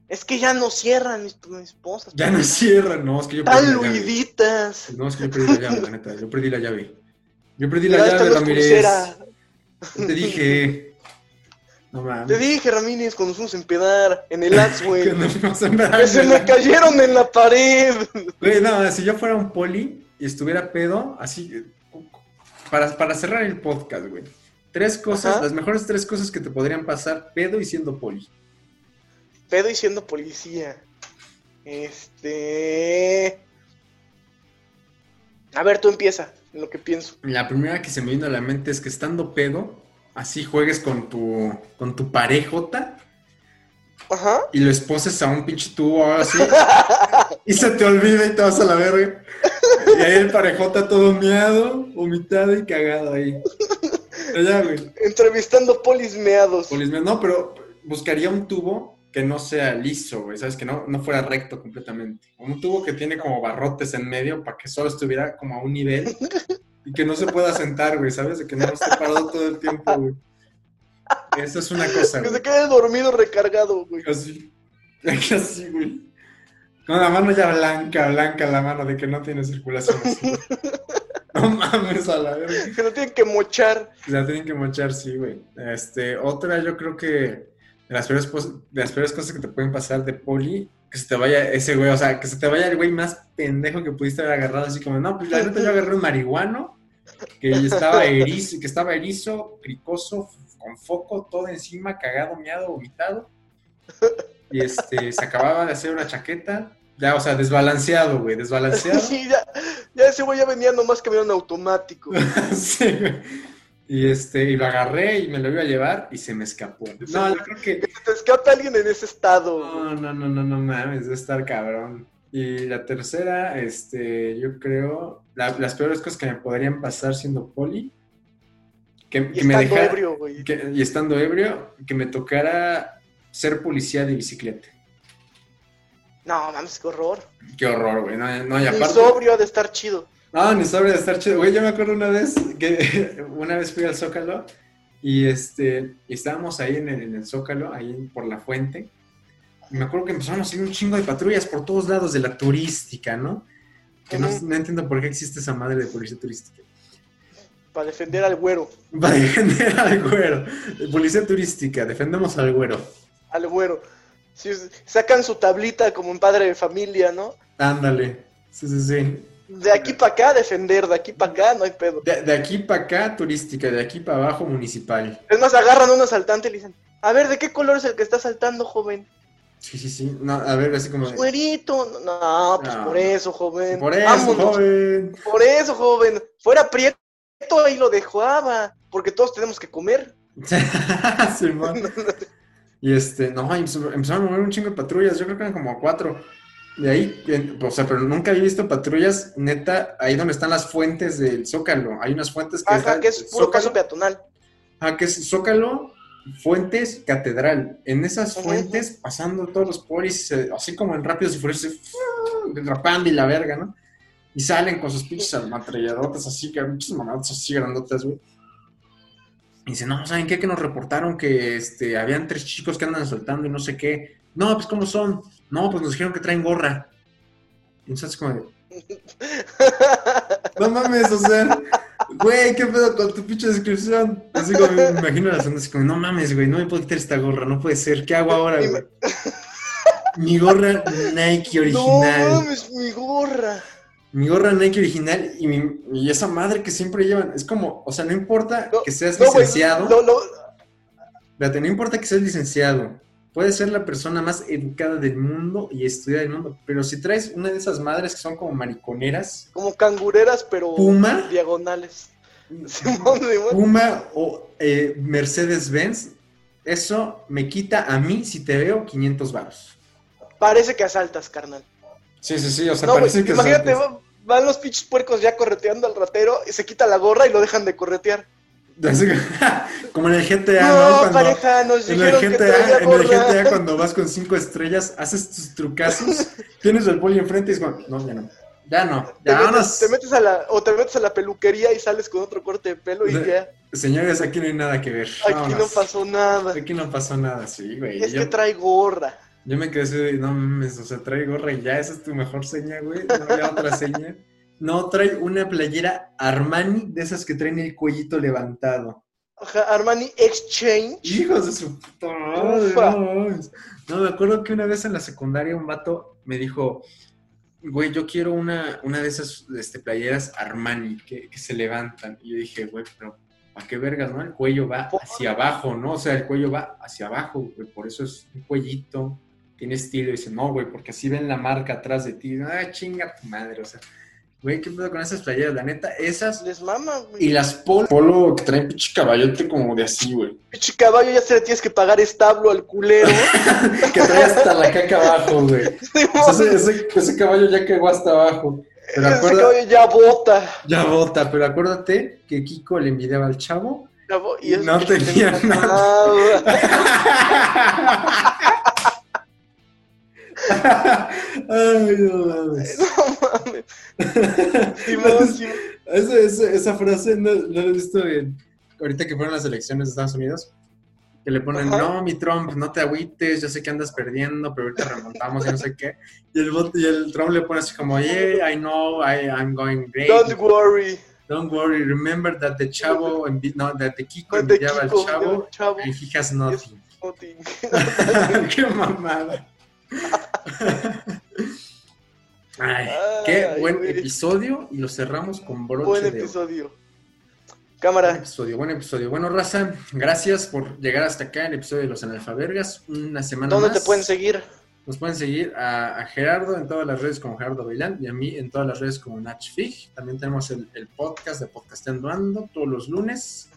A: Es que ya no cierran mis, mis esposas.
B: Ya no cierran. No, es que yo perdí
A: Están
B: la llave.
A: luiditas.
B: No, es que yo perdí la llave, la neta. Yo perdí la llave. Yo perdí la
A: Mira, ahí
B: llave,
A: están los
B: Ramírez.
A: pulsera.
B: Yo Te dije. No
A: Te
B: mames.
A: dije, Ramírez, cuando nos fuimos a empedar en el Axway.
B: Que no me vas a andar
A: que se me
B: hablando.
A: cayeron en la pared.
B: Güey, no, si yo fuera un poli y estuviera pedo, así. eh, Para, para cerrar el podcast, güey. Tres cosas,
A: Ajá.
B: las mejores tres cosas que te podrían pasar pedo y siendo poli.
A: pedo y siendo policía. Este. A ver, tú empieza, en lo que pienso.
B: La primera que se me vino a la mente es que estando pedo, así juegues con tu, con tu parejota
A: Ajá.
B: y lo esposes a un pinche tubo ahora así. y se te olvida y te vas a la verga. Y ahí el parejota todo meado, vomitado y cagado ahí. Pero ya, güey.
A: Entrevistando polis meados.
B: Polis, no, pero buscaría un tubo que no sea liso, güey, ¿sabes? Que no, no fuera recto completamente. Un tubo que tiene como barrotes en medio para que solo estuviera como a un nivel y que no se pueda sentar, güey, ¿sabes? De que no esté parado todo el tiempo, güey. Eso es una cosa,
A: que
B: güey.
A: se quede dormido recargado, güey.
B: Casi. Casi, güey. No, la mano ya blanca, blanca la mano de que no tiene circulación. sí. no mames a la verga.
A: Que no tienen que mochar.
B: La tienen que mochar, sí, güey. Este, otra, yo creo que de las peores, pos- de las peores cosas que te pueden pasar de poli, que se te vaya ese güey, o sea, que se te vaya el güey más pendejo que pudiste haber agarrado, así como, no, pues la neta yo agarré un marihuano que estaba erizo, que estaba erizo, cricoso, f- con foco, todo encima, cagado, miado, vomitado. Y este, se acababa de hacer una chaqueta, ya, o sea, desbalanceado, güey, desbalanceado.
A: Sí, ya, ya ese güey ya venía nomás camión automático.
B: Sí, güey. Y este, y lo agarré y me lo iba a llevar y se me escapó. No, yo creo que.
A: Que te escape alguien en ese estado.
B: No, no, no, no, no mames, debe estar cabrón. Y la tercera, este, yo creo. la- las peores cosas que me podrían pasar siendo poli. Que,
A: Y
B: que me
A: estando
B: dejara.
A: ebrio, güey.
B: que- y estando ebrio, que me tocara ser policía de bicicleta.
A: No, mames, qué horror.
B: Qué horror, güey. No, no, y
A: Y
B: aparte.
A: sobrio ha de estar chido.
B: No, ni sobre de estar chido. Güey, yo me acuerdo una vez que una vez fui al Zócalo y este y estábamos ahí en el, en el Zócalo, ahí en- por la fuente. Y me acuerdo que empezaron a salir un chingo de patrullas por todos lados de la turística, ¿no? Que no,
A: Ujú.
B: no entiendo por qué existe esa madre de policía turística.
A: Para defender al güero.
B: Para defender al güero. Policía turística, defendemos al güero.
A: Al güero. Sí, sí, sacan su tablita como un padre de familia, ¿no?
B: Ándale. Sí, sí, sí.
A: De aquí para acá defender, de aquí para acá no hay pedo.
B: De, de aquí para acá, turística. De aquí para abajo, municipal.
A: Es más, agarran a un asaltante y le dicen, a ver, ¿de qué color es el que está asaltando, joven?
B: Sí, sí, sí. No, a ver, así como... de,
A: Güerito. No, No, pues
B: Pues, No.
A: por eso, joven.
B: por eso,
A: Vámonos.
B: joven.
A: Por eso, joven. Fuera prieto ahí lo dejaba. Porque todos tenemos que comer.
B: Simón. Y este, no, y empe- empezaron a mover un chingo de patrullas, yo creo que eran como cuatro. De ahí, en- o sea, pero nunca había visto patrullas, neta, ahí donde están las fuentes del Zócalo. Hay unas fuentes que
A: Ajá,
B: están-
A: que es puro paso
B: Zócalo,
A: peatonal.
B: ajá, que es Zócalo, fuentes, catedral. En esas
A: Ujú.
B: fuentes, pasando todos los polis, eh, así como en rápidos y furiosos, ¡fuu! rapando y la verga, ¿no? Y salen con sus pinches ametralladotas así, que pinches mamadas así grandotas, güey. Y dice, no, ¿saben qué? Que nos reportaron que este, habían tres chicos que andan asaltando y no sé qué. No, pues ¿cómo son? No, pues nos dijeron que traen gorra. Y entonces como de, no mames, o sea, güey, qué pedo con tu pinche descripción. Así como me imagino la zona así como, no mames, güey, no me puedo quitar esta gorra, no puede ser, ¿qué hago ahora, güey? Mi gorra Nike
A: no
B: original.
A: mames, mi gorra.
B: Mi gorra Nike original y, mi- y esa madre que siempre llevan. Es como, o sea, no importa
A: No,
B: que seas
A: No, güey.
B: licenciado.
A: lo- lo-
B: Fíjate, no importa que seas licenciado. Puedes ser la persona más educada del mundo y estudiada del mundo. Pero si traes una de esas madres que son como mariconeras,
A: como cangureras, pero
B: Puma,
A: diagonales. Simón, Simón.
B: Puma o eh, Mercedes-Benz, eso me quita a mí, si te veo, 500 varos.
A: Parece que asaltas, carnal.
B: Sí, sí, sí. O sea,
A: No, güey,
B: parece que
A: imagínate, va- van los pinches puercos ya correteando al ratero y se quita la gorra y lo dejan de corretear.
B: Así que- como en el GTA, ¿no?
A: no,
B: Cuando-
A: pareja, nos
B: En el,
A: dijeron que traía
B: GTA, en el
A: gorra.
B: GTA, cuando vas con cinco estrellas, haces tus trucazos, tienes el poli enfrente y es como, no, ya no, ya no,
A: Te
B: ya
A: metes,
B: vámonos.
A: te metes a la, o te metes a la peluquería y sales con otro corte de pelo y
B: De-
A: ya,
B: Señores, aquí no hay nada que ver.
A: aquí no
B: vámonos.
A: pasó nada.
B: Aquí no pasó nada, sí, güey.
A: Es
B: yo,
A: que trae gorra.
B: yo me quedé así de, no mames, o sea, trae gorra y ya, esa es tu mejor seña, güey. No había otra seña. No, trae una playera Armani de esas que traen el cuellito levantado.
A: Ajá, Armani Exchange.
B: Hijos de su puta madre,
A: Ufa.
B: no mames. No, me acuerdo que una vez en la secundaria un vato me dijo, güey, yo quiero una, una de esas este, playeras Armani que, que se levantan. Y yo dije, güey, pero ¿para qué vergas, no? El cuello va
A: Por-
B: hacia abajo, ¿no? O sea, el cuello va hacia abajo, güey, por eso es un cuellito, tiene estilo. Y dice, no, güey, porque así ven la marca atrás de ti. Ah, chinga tu madre, o sea. Güey, ¿qué pedo con esas playeras? La neta, esas...
A: Les mama,
B: Y
A: güey.
B: las polo, polo que traen pinche caballote como de así, güey.
A: Pinche caballo, ya se le tienes que pagar establo al culero.
B: que trae hasta la caca abajo, güey. O sea, ese, ese- ese caballo ya cagó hasta abajo. Pero
A: Ese
B: acuérdate,
A: caballo ya bota.
B: ya bota, pero acuérdate que Kiko le envidiaba al chavo.
A: Ya bo- y es
B: No
A: que
B: tenía
A: nada.
B: Ay, no mames.
A: No mames. Simón, Simón.
B: Esa- esa- esa frase no, no la he visto bien. Ahorita que fueron las elecciones de Estados Unidos, que le ponen, no, mi Trump, no te agüites, yo sé que andas perdiendo, pero ahorita remontamos y no sé qué. Y el, bot- y el Trump le pone así como, yeah, I know, I, I'm going great.
A: Don't worry.
B: Don't worry, remember that the chavo, envi- no, that the Kiko
A: No te
B: envidiaba al
A: quico,
B: chavo
A: chavo.
B: and he has nothing.
A: no te-
B: qué mamada. Ay, qué
A: Ay,
B: buen
A: güey.
B: episodio y lo cerramos con broche
A: Buen
B: de oro.
A: episodio.
B: Buen
A: Cámara,
B: episodio, buen episodio. Bueno, Raza, gracias por llegar hasta acá, el episodio de Los Analfabergas. Una semana
A: ¿dónde
B: más.
A: te pueden seguir?
B: Nos pueden seguir a, a Gerardo en todas las redes como Gerardo Bailán y a mí en todas las redes como Nach Fig. También tenemos el, el podcast de Podcasteando Ando todos los lunes.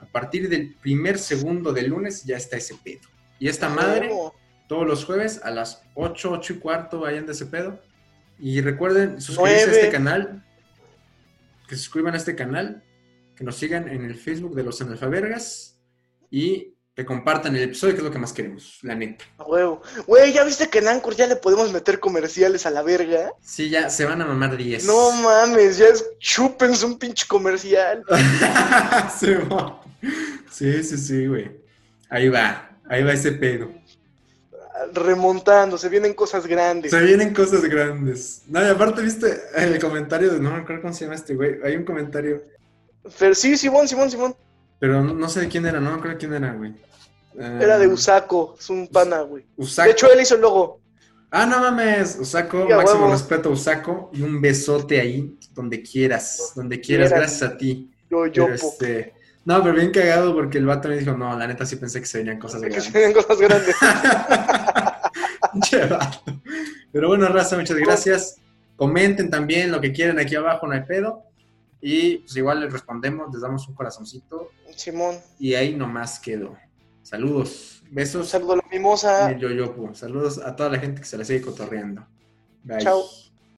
B: A partir del primer segundo del lunes ya está ese pedo. Y esta
A: Oh.
B: madre todos los jueves a las 8, 8 y cuarto, vayan de ese pedo. Y recuerden suscribirse
A: Nueve.
B: a este canal, que se suscriban a este canal, que nos sigan en el Facebook de los analfabergas y que compartan el episodio, que es lo que más queremos, la neta.
A: A huevo. Güey, ¿ya viste que en Anchor ya le podemos meter comerciales a la verga?
B: Sí, ya se van a mamar 10.
A: No mames, ya es chúpense un pinche comercial.
B: Se va. Sí, sí, sí, güey. Ahí va, ahí va ese pedo.
A: Remontando, se vienen cosas grandes.
B: Se vienen cosas grandes. No, y aparte, viste el comentario de, no me acuerdo cómo se llama este güey, hay un comentario
A: Pero sí, Simón, Simón, Simón.
B: Pero no, no sé de quién era, no me acuerdo quién era, güey. Eh,
A: Era de Usaco, es un pana, güey.
B: Usaco.
A: De hecho, él hizo el logo.
B: Ah, no mames, Usaco,
A: Sí, a
B: máximo
A: huevo.
B: respeto, Usaco, y un besote ahí, donde quieras, donde quieras,
A: Quieras.
B: gracias a ti.
A: Yo, yo,
B: Pero, este, no, pero bien cagado porque el vato me dijo, no, la neta sí pensé que se venían cosas
A: que se
B: grandes.
A: vienen cosas grandes.
B: Che, vato. pero bueno, Raza, muchas gracias. Comenten también lo que quieran aquí abajo, no hay pedo. Y pues igual les respondemos, les damos un corazoncito
A: Simón,
B: y ahí nomás quedó. Saludos,
A: un
B: besos.
A: saludo a la mimosa.
B: Yo, yo, Saludos a toda la gente que se la sigue cotorreando. Bye.
A: Chao.